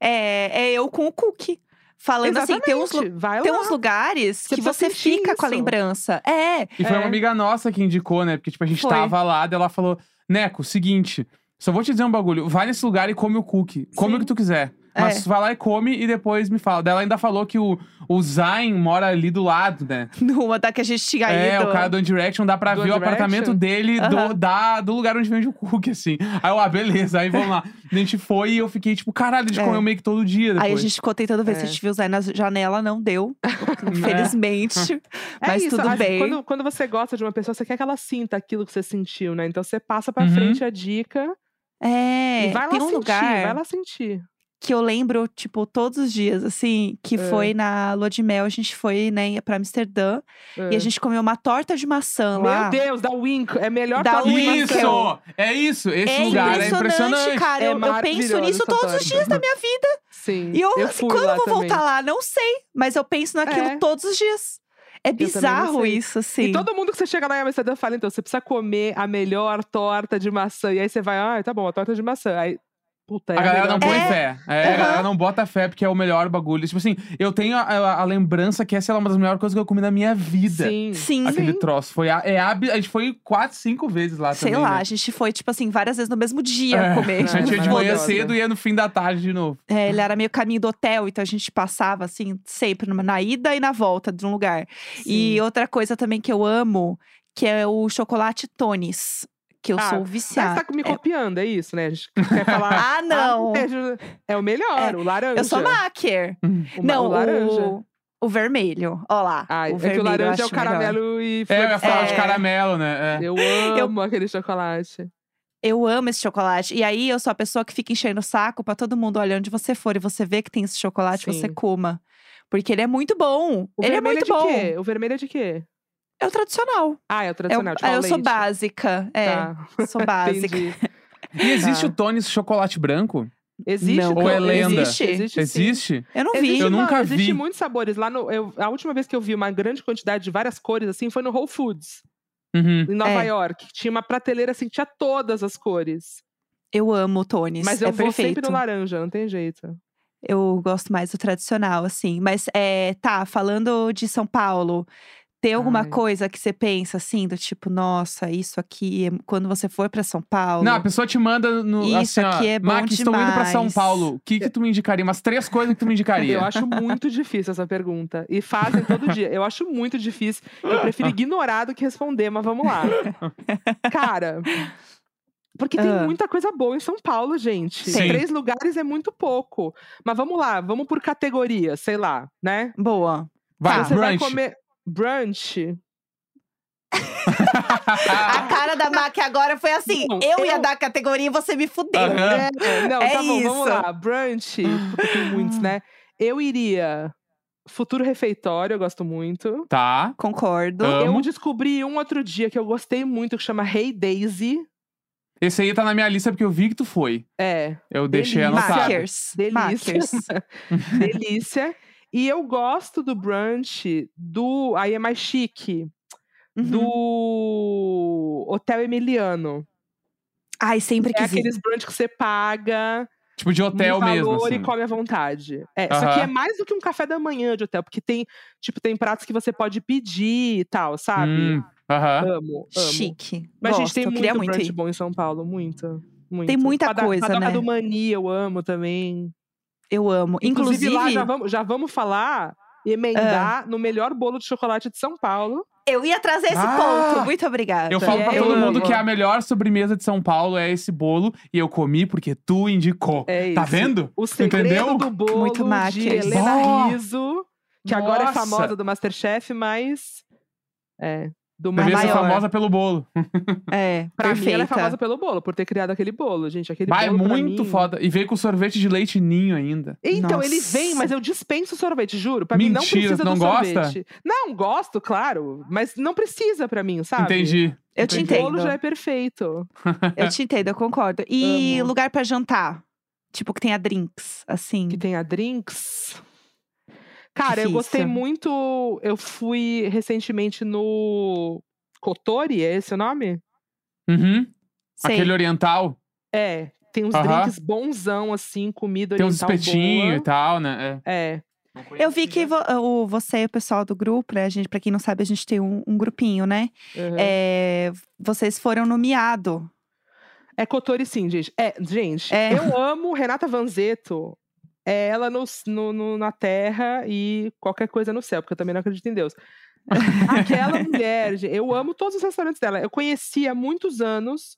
Speaker 1: É, é eu com o cookie. Falando assim, tem uns, lu-
Speaker 4: Exatamente, vai
Speaker 1: tem
Speaker 4: lá. É
Speaker 1: uns lugares
Speaker 4: Você
Speaker 1: que
Speaker 4: precisa
Speaker 1: você
Speaker 4: sentir
Speaker 1: fica com a
Speaker 4: isso.
Speaker 1: lembrança. É,
Speaker 2: E foi
Speaker 4: É.
Speaker 2: uma amiga nossa que indicou, né? Porque, tipo, a gente
Speaker 1: Foi.
Speaker 2: tava lá, daí ela falou: Neco, seguinte, só vou te dizer um bagulho. Vai nesse lugar e come o cookie. Come
Speaker 4: Sim.
Speaker 2: o que tu quiser.
Speaker 1: É.
Speaker 2: Mas vai lá e come e depois me fala. Daí ela ainda falou que o, o Zayn mora ali do lado, né?
Speaker 1: numa da que a gente tinha
Speaker 2: É,
Speaker 1: ido.
Speaker 2: o cara do One Direction, dá pra
Speaker 4: Do
Speaker 2: ver o
Speaker 4: One Direction?
Speaker 2: apartamento dele do,
Speaker 1: Aham.
Speaker 2: da- do lugar onde vende o cookie, assim. Aí eu, ah, beleza, aí vamos lá. a gente foi e eu fiquei tipo, caralho, a gente
Speaker 1: É.
Speaker 2: comeu meio que todo dia depois.
Speaker 1: Aí a gente ficou tentando ver se a
Speaker 4: É. Né?
Speaker 1: gente viu o Zé na janela, não deu. Infelizmente.
Speaker 4: É
Speaker 1: Mas
Speaker 4: isso,
Speaker 1: tudo
Speaker 4: acho que
Speaker 1: bem.
Speaker 4: Quando, quando você gosta de uma pessoa, você quer que ela sinta aquilo que você sentiu, né? Então você passa pra
Speaker 2: Uhum.
Speaker 4: frente a dica
Speaker 1: É,
Speaker 4: e vai lá
Speaker 1: tem um
Speaker 4: sentir,
Speaker 1: lugar
Speaker 4: vai lá sentir.
Speaker 1: que eu lembro, tipo, todos os dias, assim, que
Speaker 4: É.
Speaker 1: foi na lua de mel, a gente foi, né, pra Amsterdã, e a
Speaker 4: É.
Speaker 1: gente comeu uma torta de maçã
Speaker 4: Meu
Speaker 1: lá.
Speaker 4: Deus, da Wink, é melhor
Speaker 1: Da
Speaker 4: da
Speaker 1: Wink,
Speaker 4: Wink.
Speaker 2: Isso! É isso! Esse
Speaker 1: um É
Speaker 2: lugar
Speaker 1: impressionante,
Speaker 2: é impressionante.
Speaker 1: cara.
Speaker 4: É
Speaker 1: eu, eu penso
Speaker 4: maravilhosa
Speaker 1: nisso
Speaker 4: essa
Speaker 1: todos os
Speaker 4: torta.
Speaker 1: dias da minha vida.
Speaker 4: Sim.
Speaker 1: E eu, assim,
Speaker 4: fui
Speaker 1: quando
Speaker 4: lá
Speaker 1: eu vou
Speaker 4: também.
Speaker 1: voltar lá, não sei. Mas eu penso naquilo
Speaker 4: É.
Speaker 1: todos os dias. É
Speaker 4: também não
Speaker 1: bizarro
Speaker 4: sei.
Speaker 1: isso, assim.
Speaker 4: E todo mundo que você chega lá em Amsterdã fala, então, você precisa comer a melhor torta de maçã. E aí você vai, ah, tá bom, a torta de maçã. Aí, puta, é
Speaker 2: A galera não
Speaker 4: melhor.
Speaker 2: põe
Speaker 1: É.
Speaker 2: fé. É, a
Speaker 1: Aham.
Speaker 2: galera não bota fé porque é o melhor bagulho. Tipo assim, eu tenho a, a- a lembrança que essa é uma das melhores coisas que eu comi na minha vida.
Speaker 4: Sim.
Speaker 1: Sim.
Speaker 2: Aquele troço. Foi a, é ab- a gente foi quatro, cinco vezes lá
Speaker 1: Sei
Speaker 2: também.
Speaker 1: lá,
Speaker 2: né?
Speaker 1: a gente foi, tipo assim, várias vezes no mesmo dia
Speaker 2: É,
Speaker 1: comer.
Speaker 2: A gente ia de manhã
Speaker 1: Foda-se.
Speaker 4: Maravilhosa.
Speaker 2: cedo e ia no fim da tarde de novo.
Speaker 1: É, ele era meio caminho do hotel, então a gente passava, assim, sempre numa- na ida e na volta de um lugar. E outra coisa também que eu amo, que é o chocolate Tones, que eu
Speaker 4: Ah,
Speaker 1: sou
Speaker 4: Mas
Speaker 1: viciada.
Speaker 4: você tá me copiando, é isso, né? A gente quer falar.
Speaker 1: Ah, não!
Speaker 4: Ah, é, é o melhor, o laranja.
Speaker 1: eu sou maker!
Speaker 4: O, ma-
Speaker 1: não,
Speaker 4: o laranja.
Speaker 1: o, o vermelho. Olha lá.
Speaker 4: Ai,
Speaker 1: o
Speaker 4: é que
Speaker 1: vermelho,
Speaker 4: o
Speaker 1: eu
Speaker 4: laranja é o
Speaker 1: acho melhor.
Speaker 4: caramelo e
Speaker 2: É, eu ia falar
Speaker 1: É.
Speaker 2: de caramelo, né? É.
Speaker 4: Eu amo aquele chocolate.
Speaker 1: Eu amo esse chocolate. E aí eu sou a pessoa que fica enchendo o saco pra todo mundo olhando onde você for e você vê que tem esse chocolate, você
Speaker 4: Sim.
Speaker 1: coma. Porque ele é muito bom.
Speaker 4: O
Speaker 1: ele é
Speaker 4: vermelho
Speaker 1: muito
Speaker 4: de
Speaker 1: bom.
Speaker 4: quê? O vermelho é de quê?
Speaker 1: É o tradicional.
Speaker 4: Ah, é o
Speaker 1: É o-
Speaker 4: tradicional. de
Speaker 1: ah, eu sou
Speaker 4: leite.
Speaker 1: básica. É,
Speaker 4: Tá,
Speaker 1: sou básica.
Speaker 4: entendi.
Speaker 2: E existe
Speaker 4: Tá.
Speaker 2: o Tones chocolate branco?
Speaker 4: Existe?
Speaker 1: Não.
Speaker 2: Ou é
Speaker 4: Existe,
Speaker 2: lenda?
Speaker 4: Existe, existe. sim.
Speaker 2: Existe?
Speaker 1: Eu não vi.
Speaker 4: Existe, um
Speaker 2: Eu
Speaker 4: mano,
Speaker 2: nunca
Speaker 4: existe
Speaker 2: vi.
Speaker 4: muitos sabores. Lá no, eu- a última vez que eu vi uma grande quantidade de várias cores, assim, foi no Whole Foods,
Speaker 2: Uhum.
Speaker 4: em Nova
Speaker 1: É.
Speaker 4: York. que Tinha uma prateleira, assim, que tinha todas as cores.
Speaker 1: Eu amo o Tones.
Speaker 4: Mas
Speaker 1: é
Speaker 4: eu vou
Speaker 1: perfeito.
Speaker 4: sempre no laranja, não tem jeito.
Speaker 1: Eu gosto mais do tradicional, assim. Mas é, tá, falando de São Paulo, tem alguma
Speaker 4: Ai.
Speaker 1: coisa que você pensa assim, do tipo, nossa, isso aqui, é- quando você for pra São Paulo.
Speaker 2: Não, a pessoa te manda no.
Speaker 1: Isso
Speaker 2: assim, ó,
Speaker 1: aqui é bom
Speaker 2: Mac, estou indo pra São
Speaker 1: demais."
Speaker 2: Paulo. O que, que tu me indicaria? Umas três coisas que tu me indicaria.
Speaker 4: Eu acho muito difícil essa pergunta. E fazem todo dia. Eu acho muito difícil. Eu prefiro ignorar do que responder, mas vamos lá. Cara. Porque tem
Speaker 1: Ah.
Speaker 4: muita coisa boa em São Paulo, gente.
Speaker 2: Sim.
Speaker 4: Três lugares é muito pouco. Mas vamos lá, vamos por categoria, sei lá, né?
Speaker 1: Boa.
Speaker 2: Vai,
Speaker 1: Tá.
Speaker 4: Você vai
Speaker 2: brunch.
Speaker 4: comer brunch?
Speaker 1: A cara da Mac agora foi assim:
Speaker 4: Ah. Não,
Speaker 1: eu, ia
Speaker 4: eu-
Speaker 1: dar a categoria e você me fudeu.
Speaker 2: Aham.
Speaker 4: É, não,
Speaker 1: É
Speaker 4: tá bom, vamos
Speaker 1: isso.
Speaker 4: lá. Brunch, porque tem muitos, né? Eu iria Futuro Refeitório, eu gosto muito.
Speaker 2: Tá.
Speaker 1: Concordo.
Speaker 2: Ah. Amo.
Speaker 4: Eu descobri um outro dia que eu gostei muito, que chama Hey Daisy.
Speaker 2: Esse aí tá na minha lista porque eu vi que tu foi.
Speaker 4: É,
Speaker 2: Eu deixei
Speaker 4: Delícia. Tá.
Speaker 2: anotado.
Speaker 1: Makers.
Speaker 4: Delícia.
Speaker 1: Makers.
Speaker 4: delícia. E eu gosto do brunch do. Aí é mais chique.
Speaker 1: Uhum.
Speaker 4: Do Hotel Emiliano.
Speaker 1: Ai, sempre
Speaker 4: É
Speaker 1: quis. ir.
Speaker 4: aqueles brunch que você paga.
Speaker 2: Tipo de hotel
Speaker 4: no
Speaker 2: mesmo.
Speaker 4: valor
Speaker 2: Assim.
Speaker 4: e come à vontade. É, Só que
Speaker 2: Aham.
Speaker 4: é mais do que um café da manhã de hotel, porque tem, tipo, tem pratos que você pode pedir e tal, sabe?
Speaker 2: Hum, aham.
Speaker 4: Amo, amo.
Speaker 1: Chique.
Speaker 4: Mas,
Speaker 1: Gosto.
Speaker 4: gente, tem
Speaker 1: eu queria
Speaker 4: muito,
Speaker 1: muito
Speaker 4: brunch
Speaker 1: ir.
Speaker 4: bom em São Paulo, muito. muito.
Speaker 1: Tem muita
Speaker 4: Pada-
Speaker 1: coisa,
Speaker 4: Padoca
Speaker 1: né?
Speaker 4: do Mani, eu amo também.
Speaker 1: Eu amo. Inclusive, Ah.
Speaker 4: lá, já vamos, já vamos falar e emendar no melhor bolo de chocolate de São Paulo.
Speaker 1: eu ia trazer esse
Speaker 2: Ah!
Speaker 1: ponto. Muito
Speaker 4: tá.
Speaker 1: obrigada.
Speaker 2: Eu falo pra
Speaker 4: Eu
Speaker 2: todo
Speaker 4: amo.
Speaker 2: mundo que a melhor sobremesa de São Paulo é esse bolo. E eu comi porque tu indicou.
Speaker 4: É
Speaker 2: Tá
Speaker 4: isso.
Speaker 2: vendo?
Speaker 4: O segredo
Speaker 2: Entendeu?
Speaker 4: do bolo
Speaker 1: Muito
Speaker 4: de
Speaker 1: Mackers.
Speaker 4: Helena
Speaker 2: Bah!
Speaker 4: Rizzo, que agora é
Speaker 2: Nossa!
Speaker 4: famosa do Masterchef, mas... É, Do
Speaker 1: Mas
Speaker 2: Devia
Speaker 4: maior.
Speaker 2: ser
Speaker 1: maior.
Speaker 2: famosa pelo bolo.
Speaker 1: É,
Speaker 4: Pra mim, ela é
Speaker 1: perfeita.
Speaker 4: famosa pelo bolo, por ter criado aquele bolo, gente. Aquele
Speaker 2: Bah, é
Speaker 4: bolo pra
Speaker 2: muito
Speaker 4: mim-
Speaker 2: foda. E veio com sorvete de leite ninho ainda.
Speaker 4: Então,
Speaker 1: Nossa.
Speaker 4: ele vem, mas eu dispenso o sorvete, juro. Pra mim, não
Speaker 2: Mentira,
Speaker 4: precisa
Speaker 2: não
Speaker 4: do
Speaker 2: gosta?
Speaker 4: sorvete. Não, gosto, claro. Mas não precisa pra mim, sabe?
Speaker 2: Entendi.
Speaker 1: Eu te
Speaker 4: O
Speaker 1: entendo.
Speaker 4: bolo já é perfeito.
Speaker 1: Eu te entendo, eu concordo. E
Speaker 4: Amo.
Speaker 1: lugar pra jantar? Tipo, que tenha drinks, assim.
Speaker 4: Que tenha drinks. Cara, eu
Speaker 2: é
Speaker 1: Difícil.
Speaker 4: gostei muito. Eu fui recentemente no Kotori, é esse o nome?
Speaker 2: Uhum.
Speaker 1: Sei.
Speaker 2: Aquele oriental.
Speaker 4: É. Tem uns
Speaker 2: Aham.
Speaker 4: drinks bonzão, assim, comida
Speaker 2: Tem uns
Speaker 4: oriental
Speaker 2: espetinhos e
Speaker 4: boa.
Speaker 2: tal, né?
Speaker 4: É.
Speaker 1: Eu vi que
Speaker 4: né?
Speaker 1: vo- o, você e o pessoal do grupo, né? A gente, pra quem não sabe, a gente tem um, um grupinho, né?
Speaker 4: uhum.
Speaker 1: É, vocês foram no miado.
Speaker 4: É Cotori sim, gente. É, gente,
Speaker 1: É.
Speaker 4: eu amo Renata Vanzetto. É ela no, c- no- no- na terra e qualquer coisa no céu, porque eu também não acredito em Deus. Aquela mulher, gente, eu amo todos os restaurantes dela. Eu conheci há muitos anos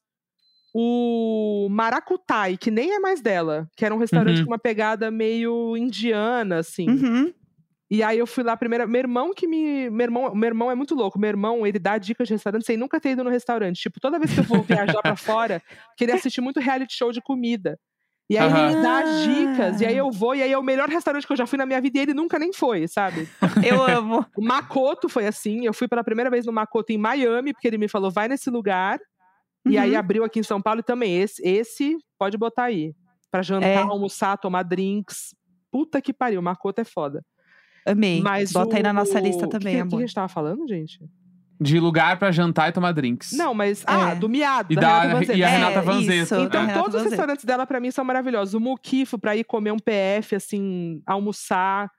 Speaker 4: o Maracutai, que nem é mais dela, que era um restaurante
Speaker 2: Uhum.
Speaker 4: com uma pegada meio indiana, assim.
Speaker 1: Uhum.
Speaker 4: E aí eu fui lá primeiro. Meu irmão que me. Meu irmão, meu irmão é muito louco. Meu irmão, ele dá dicas de restaurante sem nunca ter ido no restaurante. Tipo, toda vez que eu vou viajar pra fora, que ele assiste muito reality show de comida. E aí ele me dá
Speaker 1: Aham.
Speaker 4: dicas, e aí eu vou, e aí é o melhor restaurante que eu já fui na minha vida, e ele nunca nem foi, sabe?
Speaker 1: Eu amo.
Speaker 4: O Makoto foi assim, eu fui pela primeira vez no Makoto em Miami, porque ele me falou, vai nesse lugar, e aí
Speaker 1: Uhum.
Speaker 4: abriu aqui em São Paulo e também. Esse, esse pode botar aí. Pra jantar,
Speaker 1: É.
Speaker 4: almoçar, tomar drinks. Puta que pariu, Makoto é foda.
Speaker 1: Amei.
Speaker 4: Mas
Speaker 1: Bota aí na nossa
Speaker 4: o-
Speaker 1: lista
Speaker 4: o que
Speaker 1: também,
Speaker 4: que, O que a
Speaker 1: amor.
Speaker 4: gente tava falando, gente?
Speaker 2: De lugar pra jantar e tomar drinks.
Speaker 4: Não, mas. Ah,
Speaker 1: É.
Speaker 4: do miado.
Speaker 2: E,
Speaker 4: da
Speaker 2: da,
Speaker 4: Renata Vanzetti.
Speaker 2: e a
Speaker 1: É,
Speaker 2: Renata
Speaker 1: isso.
Speaker 2: Vanzetto.
Speaker 1: Então,
Speaker 4: Então,
Speaker 1: da Renata
Speaker 4: todos os
Speaker 1: Vanzetti.
Speaker 4: restaurantes dela, pra mim, são maravilhosos. O Muquifo, pra ir comer um PF, assim, almoçar.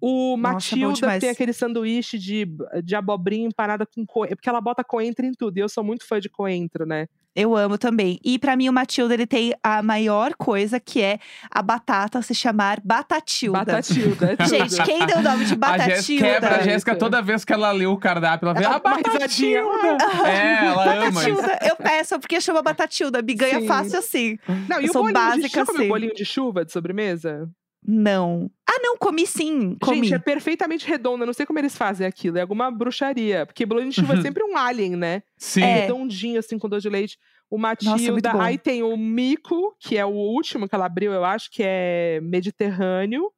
Speaker 4: O
Speaker 1: Nossa, é bom
Speaker 4: Matilda
Speaker 1: demais.
Speaker 4: tem aquele sanduíche de, de abobrinha empanada com coentro. Porque ela bota coentro em tudo. E eu sou muito fã de coentro, né?
Speaker 1: Eu amo também. E pra mim, o Matilda, ele tem a maior coisa, que é a batata se chamar Batatilda.
Speaker 4: Batatilda. é tudo.
Speaker 1: Gente, quem deu o nome de
Speaker 2: A Jéssica quebra a
Speaker 1: Batatilda?
Speaker 2: Jéssica toda vez que ela lê o cardápio. Ela vê,
Speaker 4: Ela
Speaker 2: ah,
Speaker 4: dá uma risadinha.
Speaker 2: batatinha. É, ela ama isso.
Speaker 1: Batatilda, eu peço porque chama Batatilda, me ganha
Speaker 4: Sim.
Speaker 1: fácil assim.
Speaker 4: Não, e
Speaker 1: eu
Speaker 4: o
Speaker 1: sou
Speaker 4: bolinho de
Speaker 1: básica, assim.
Speaker 4: chuva, meu
Speaker 1: sim.
Speaker 4: bolinho de chuva de sobremesa?
Speaker 1: Não. Ah, não, comi sim, comi.
Speaker 4: Gente, é perfeitamente redonda. Não sei como eles fazem aquilo. É alguma bruxaria. Porque bolinho de chuva é sempre um alien, né?
Speaker 2: Sim.
Speaker 1: É.
Speaker 4: redondinho, assim, com doce de leite. O
Speaker 1: é muito
Speaker 4: Matilda.
Speaker 1: bom.
Speaker 4: Aí tem o Mico, que é o último que ela abriu, eu acho, que é Mediterrâneo.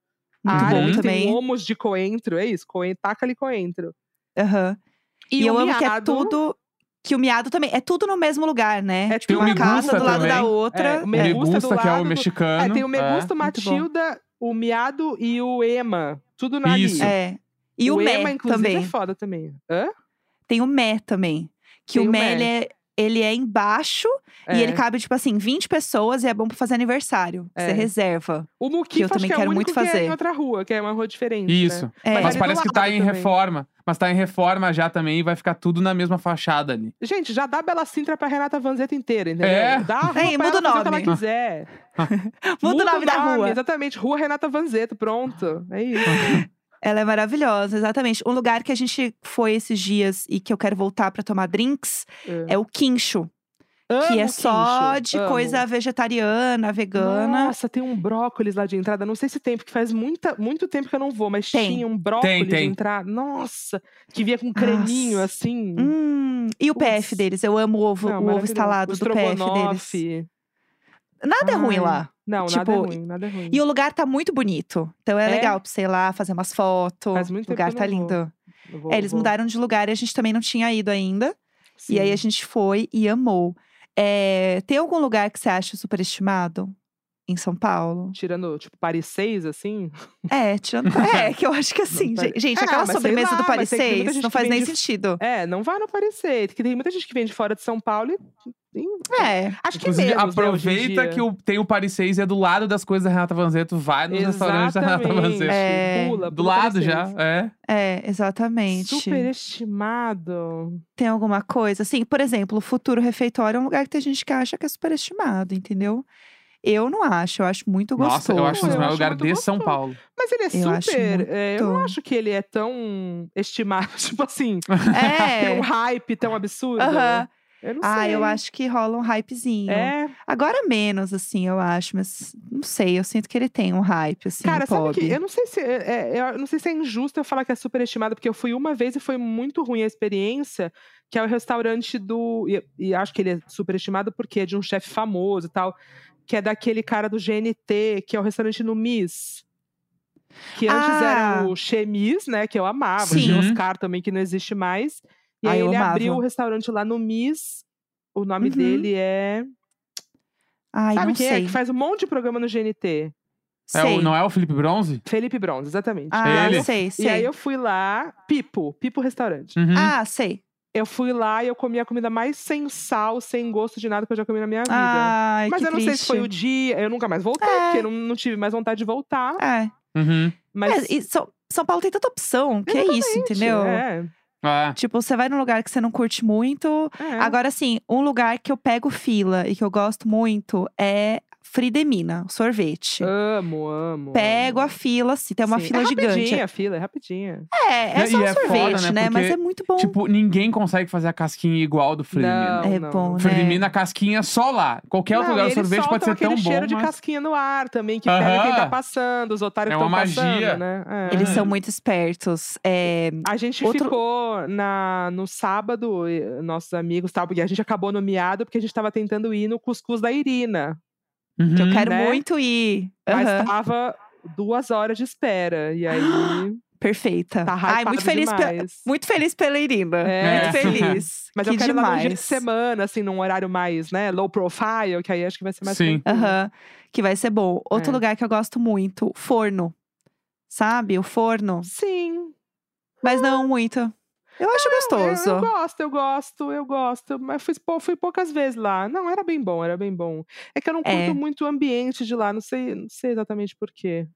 Speaker 1: Muito
Speaker 4: ah,
Speaker 2: aí
Speaker 1: bom
Speaker 4: tem
Speaker 1: também.
Speaker 4: Homos de coentro, é isso? Coen... Taca-lhe coentro.
Speaker 1: Aham. E,
Speaker 4: o
Speaker 1: eu amo que é
Speaker 4: miado-
Speaker 1: tudo. Que o miado também. É tudo no mesmo lugar, né?
Speaker 4: É
Speaker 1: tipo,
Speaker 4: tudo
Speaker 1: uma
Speaker 4: no
Speaker 1: casa
Speaker 4: Megusta
Speaker 1: do lado da
Speaker 2: também.
Speaker 1: outra.
Speaker 4: É, o
Speaker 2: O
Speaker 4: Megusta do
Speaker 2: Megusta, que é
Speaker 4: lado
Speaker 2: o
Speaker 4: do-
Speaker 2: mexicano.
Speaker 4: É, tem o Megusta, o
Speaker 1: Muito bom.
Speaker 4: Matilda, o Miado e o Ema. Tudo na
Speaker 2: Isso.
Speaker 4: ali.
Speaker 1: É. E o, Mé
Speaker 4: Ema, inclusive, é
Speaker 1: também.
Speaker 4: foda também. Hã?
Speaker 1: Tem o Mé também. Que
Speaker 4: Tem
Speaker 1: o
Speaker 4: o
Speaker 1: Mé,
Speaker 4: Mé.
Speaker 1: ele é, ele é embaixo
Speaker 4: É.
Speaker 1: e ele cabe, tipo assim, 20 pessoas e é bom pra fazer aniversário. que Você
Speaker 4: É.
Speaker 1: reserva.
Speaker 4: O
Speaker 1: que
Speaker 4: Muki
Speaker 1: eu
Speaker 4: acho
Speaker 1: também
Speaker 4: que é o
Speaker 1: quero
Speaker 4: único
Speaker 1: muito
Speaker 4: que é
Speaker 1: fazer.
Speaker 4: em outra rua, que é uma rua diferente,
Speaker 2: Isso.
Speaker 4: né?
Speaker 1: É.
Speaker 2: Mas
Speaker 4: Ele é do
Speaker 2: parece que
Speaker 4: lado
Speaker 2: tá em
Speaker 4: também.
Speaker 2: reforma. Mas tá em reforma já também e vai ficar tudo na mesma fachada ali.
Speaker 4: Gente, já dá Bela Sintra pra Renata Vanzetta inteira, entendeu?
Speaker 2: É.
Speaker 4: Dá a rua
Speaker 1: É,
Speaker 4: pra
Speaker 1: muda
Speaker 4: ela
Speaker 1: o
Speaker 4: fazer o que ela
Speaker 1: nome.
Speaker 4: quiser.
Speaker 1: Muda o nome da rua.
Speaker 4: Exatamente, Rua Renata Vanzeto, pronto. É isso.
Speaker 1: Ela é maravilhosa, exatamente. Um lugar que a gente foi esses dias e que eu quero voltar pra tomar drinks é o Quincho. que é
Speaker 4: Amo
Speaker 1: só
Speaker 4: quincho,
Speaker 1: de
Speaker 4: amo.
Speaker 1: coisa vegetariana, vegana.
Speaker 4: Nossa, tem um brócolis lá de entrada. Não sei se tem, porque faz muita, muito tempo que eu não vou, mas
Speaker 1: Tem.
Speaker 4: tinha um brócolis
Speaker 2: tem.
Speaker 4: de entrada. Nossa, que via com um creminho
Speaker 1: Nossa.
Speaker 4: assim.
Speaker 1: Hum, e o PF
Speaker 4: Putz.
Speaker 1: deles? Eu amo o ovo,
Speaker 4: Não,
Speaker 1: o ovo
Speaker 4: maravilhoso.
Speaker 1: instalado
Speaker 4: O
Speaker 1: do PF
Speaker 4: estrogonofe.
Speaker 1: deles. Nada é ruim
Speaker 4: Ai.
Speaker 1: lá.
Speaker 4: Não, nada é
Speaker 1: Tipo,
Speaker 4: ruim, nada é ruim.
Speaker 1: E o lugar tá muito bonito. Então é,
Speaker 4: É?
Speaker 1: legal pra você ir lá fazer umas fotos.
Speaker 4: Faz muito
Speaker 1: o lugar
Speaker 4: tempo que
Speaker 1: tá
Speaker 4: eu não vou.
Speaker 1: lindo.
Speaker 4: Eu vou-
Speaker 1: É, eles
Speaker 4: vou-
Speaker 1: mudaram de lugar e a gente também não tinha ido ainda. E aí
Speaker 4: Sim.
Speaker 1: a gente foi e amou. É, tem algum lugar que você acha superestimado? Em São Paulo?
Speaker 4: Tirando, tipo, Paris 6, assim.
Speaker 1: É, tirando. É, que eu acho que assim,
Speaker 4: Não,
Speaker 1: gen-
Speaker 4: pare-
Speaker 1: gente,
Speaker 4: Ah,
Speaker 1: aquela
Speaker 4: mas sei
Speaker 1: sobremesa
Speaker 4: lá,
Speaker 1: do
Speaker 4: mas
Speaker 1: Paris
Speaker 4: tem muita
Speaker 1: 6
Speaker 4: gente
Speaker 1: não
Speaker 4: que
Speaker 1: faz
Speaker 4: vem
Speaker 1: nem
Speaker 4: de-
Speaker 1: sentido.
Speaker 4: É, não vá no Paris 6, que tem muita gente que vem de fora de São Paulo e. e-
Speaker 1: É.
Speaker 4: Acho que menos,
Speaker 2: Inclusive,
Speaker 4: né, hoje em
Speaker 2: aproveita
Speaker 4: dia.
Speaker 2: que o- tem o Paris 6 e é do lado das coisas da Renata Vanzetto. Vai É nos restaurantes da Renata Vanzetto.
Speaker 1: É.
Speaker 4: Pula,
Speaker 2: Do
Speaker 4: pula
Speaker 2: lado
Speaker 4: Paris
Speaker 2: já,
Speaker 4: Saint.
Speaker 2: é.
Speaker 1: É, exatamente.
Speaker 4: Superestimado.
Speaker 1: tem alguma coisa. Assim, por exemplo, o futuro refeitório é um lugar que tem gente que acha que é superestimado, entendeu? Eu não acho, eu acho muito
Speaker 2: Nossa,
Speaker 1: gostoso.
Speaker 2: eu acho um dos
Speaker 4: Eu
Speaker 2: maiores
Speaker 4: acho
Speaker 2: lugares
Speaker 4: muito
Speaker 2: de São
Speaker 4: gostoso.
Speaker 2: Paulo.
Speaker 4: Mas ele é
Speaker 1: Eu acho
Speaker 4: super. é, eu não
Speaker 1: muito.
Speaker 4: acho que ele é tão estimado. Tipo assim, tem um
Speaker 1: É.
Speaker 4: hype tão absurdo.
Speaker 1: aham.
Speaker 4: Eu não
Speaker 1: Ah,
Speaker 4: sei.
Speaker 1: eu acho que rola um hypezinho.
Speaker 4: É,
Speaker 1: Agora menos, assim, eu acho, mas não sei, eu sinto que ele tem um hype, assim,
Speaker 4: cara,
Speaker 1: o Bob.
Speaker 4: sabe que eu não sei se é, é, eu não sei se é injusto eu falar que é superestimado, porque eu fui uma vez e foi muito ruim a experiência, que é o restaurante do e, e acho que ele é superestimado porque é de um chefe famoso e tal, que é daquele cara do GNT, que é o restaurante no Miss. Que antes
Speaker 1: Ah.
Speaker 4: era o Chemis, né, que eu amava,
Speaker 1: Sim.
Speaker 4: o Oscar também que não existe mais. E
Speaker 1: Ah,
Speaker 4: aí
Speaker 1: eu
Speaker 4: ele
Speaker 1: amava.
Speaker 4: abriu o restaurante lá no Miss. O nome
Speaker 1: Uhum.
Speaker 4: dele é
Speaker 1: Ai,
Speaker 4: Sabe
Speaker 1: não
Speaker 4: quem é
Speaker 1: sei.
Speaker 4: que faz um monte de programa no GNT?
Speaker 2: É o-
Speaker 1: Sei.
Speaker 2: não é o Felipe Bronze?
Speaker 4: Felipe Bronze, exatamente.
Speaker 1: Ah,
Speaker 2: Ele?
Speaker 1: sei, sei.
Speaker 4: E aí eu fui lá, Pipo, Pipo Restaurante.
Speaker 2: Uhum.
Speaker 1: Ah, sei.
Speaker 4: Eu fui lá e eu comi a comida mais sem sal, sem gosto de nada que eu já comi na minha vida.
Speaker 1: Ai,
Speaker 4: mas
Speaker 1: que
Speaker 4: eu não sei se foi o
Speaker 1: triste.
Speaker 4: dia, eu nunca mais voltei,
Speaker 1: É.
Speaker 4: porque eu não, não tive mais vontade de voltar.
Speaker 1: É.
Speaker 2: Uhum.
Speaker 4: Mas.
Speaker 1: É, e São, São Paulo tem tanta opção, que é isso, entendeu?
Speaker 4: É,
Speaker 2: Ah,
Speaker 1: Tipo, você vai num lugar que você não curte muito.
Speaker 4: é.
Speaker 1: Agora, assim, um lugar que eu pego fila e que eu gosto muito é Fridemina, o sorvete.
Speaker 4: Amo, amo.
Speaker 1: Pego a
Speaker 4: amo.
Speaker 1: fila, assim, tem uma
Speaker 4: Sim.
Speaker 1: fila
Speaker 4: é
Speaker 1: gigante.
Speaker 4: Rapidinha a fila, é rapidinha.
Speaker 1: É,
Speaker 2: Né,
Speaker 1: é só
Speaker 2: e
Speaker 1: um
Speaker 2: é foda,
Speaker 1: sorvete,
Speaker 2: né,
Speaker 1: né? Mas
Speaker 2: porque,
Speaker 1: é muito bom.
Speaker 2: Tipo, ninguém consegue fazer a casquinha igual do Fredimina.
Speaker 4: Não,
Speaker 1: é
Speaker 4: não.
Speaker 1: bom, né?
Speaker 2: Fredimina, a casquinha é só lá. Qualquer outro
Speaker 4: Não,
Speaker 2: lugar
Speaker 4: e
Speaker 2: do
Speaker 4: eles
Speaker 2: sorvete pode
Speaker 4: soltam
Speaker 2: ser tão
Speaker 4: aquele
Speaker 2: bom,
Speaker 4: cheiro de
Speaker 2: mas...
Speaker 4: casquinha no ar também, que pega quem tá
Speaker 2: Aham.
Speaker 4: passando, os otários
Speaker 2: É
Speaker 4: que estão
Speaker 2: uma
Speaker 4: passando,
Speaker 2: magia.
Speaker 4: né? É.
Speaker 1: Eles
Speaker 2: Hum.
Speaker 1: são muito espertos. É,
Speaker 4: A gente
Speaker 1: Outro-
Speaker 4: ficou na, no sábado, e- nossos amigos, tal, porque a gente acabou no miado porque a gente tava tentando ir no cuscuz da Irina.
Speaker 1: que eu
Speaker 2: Uhum.
Speaker 1: quero
Speaker 4: né?
Speaker 1: muito ir. Aham,
Speaker 4: Mas tá tava duas horas de espera. E aí
Speaker 1: Perfeita.
Speaker 4: tá
Speaker 1: Ai,
Speaker 4: hypado
Speaker 1: muito feliz, pe-
Speaker 4: demais.
Speaker 1: muito feliz pela Irina.
Speaker 4: É.
Speaker 1: Muito feliz.
Speaker 4: Mas
Speaker 1: que
Speaker 4: eu quero ir lá no dia de
Speaker 1: demais.
Speaker 4: semana, assim, num horário mais, né, low profile, que aí acho que vai ser mais
Speaker 2: Sim.
Speaker 4: tranquilo.
Speaker 1: Aham, Que vai ser bom. Outro
Speaker 4: É.
Speaker 1: lugar que eu gosto muito, forno. Sabe? O forno.
Speaker 4: Sim.
Speaker 1: Mas não muito. Eu acho
Speaker 4: Ah. Eu,
Speaker 1: gostoso.
Speaker 4: eu gosto, eu gosto, eu gosto. Mas fui, pou- fui poucas vezes lá. Não, era bem bom, era bem bom. É que eu não curto
Speaker 1: É.
Speaker 4: muito o ambiente de lá, não sei, não sei exatamente por quê.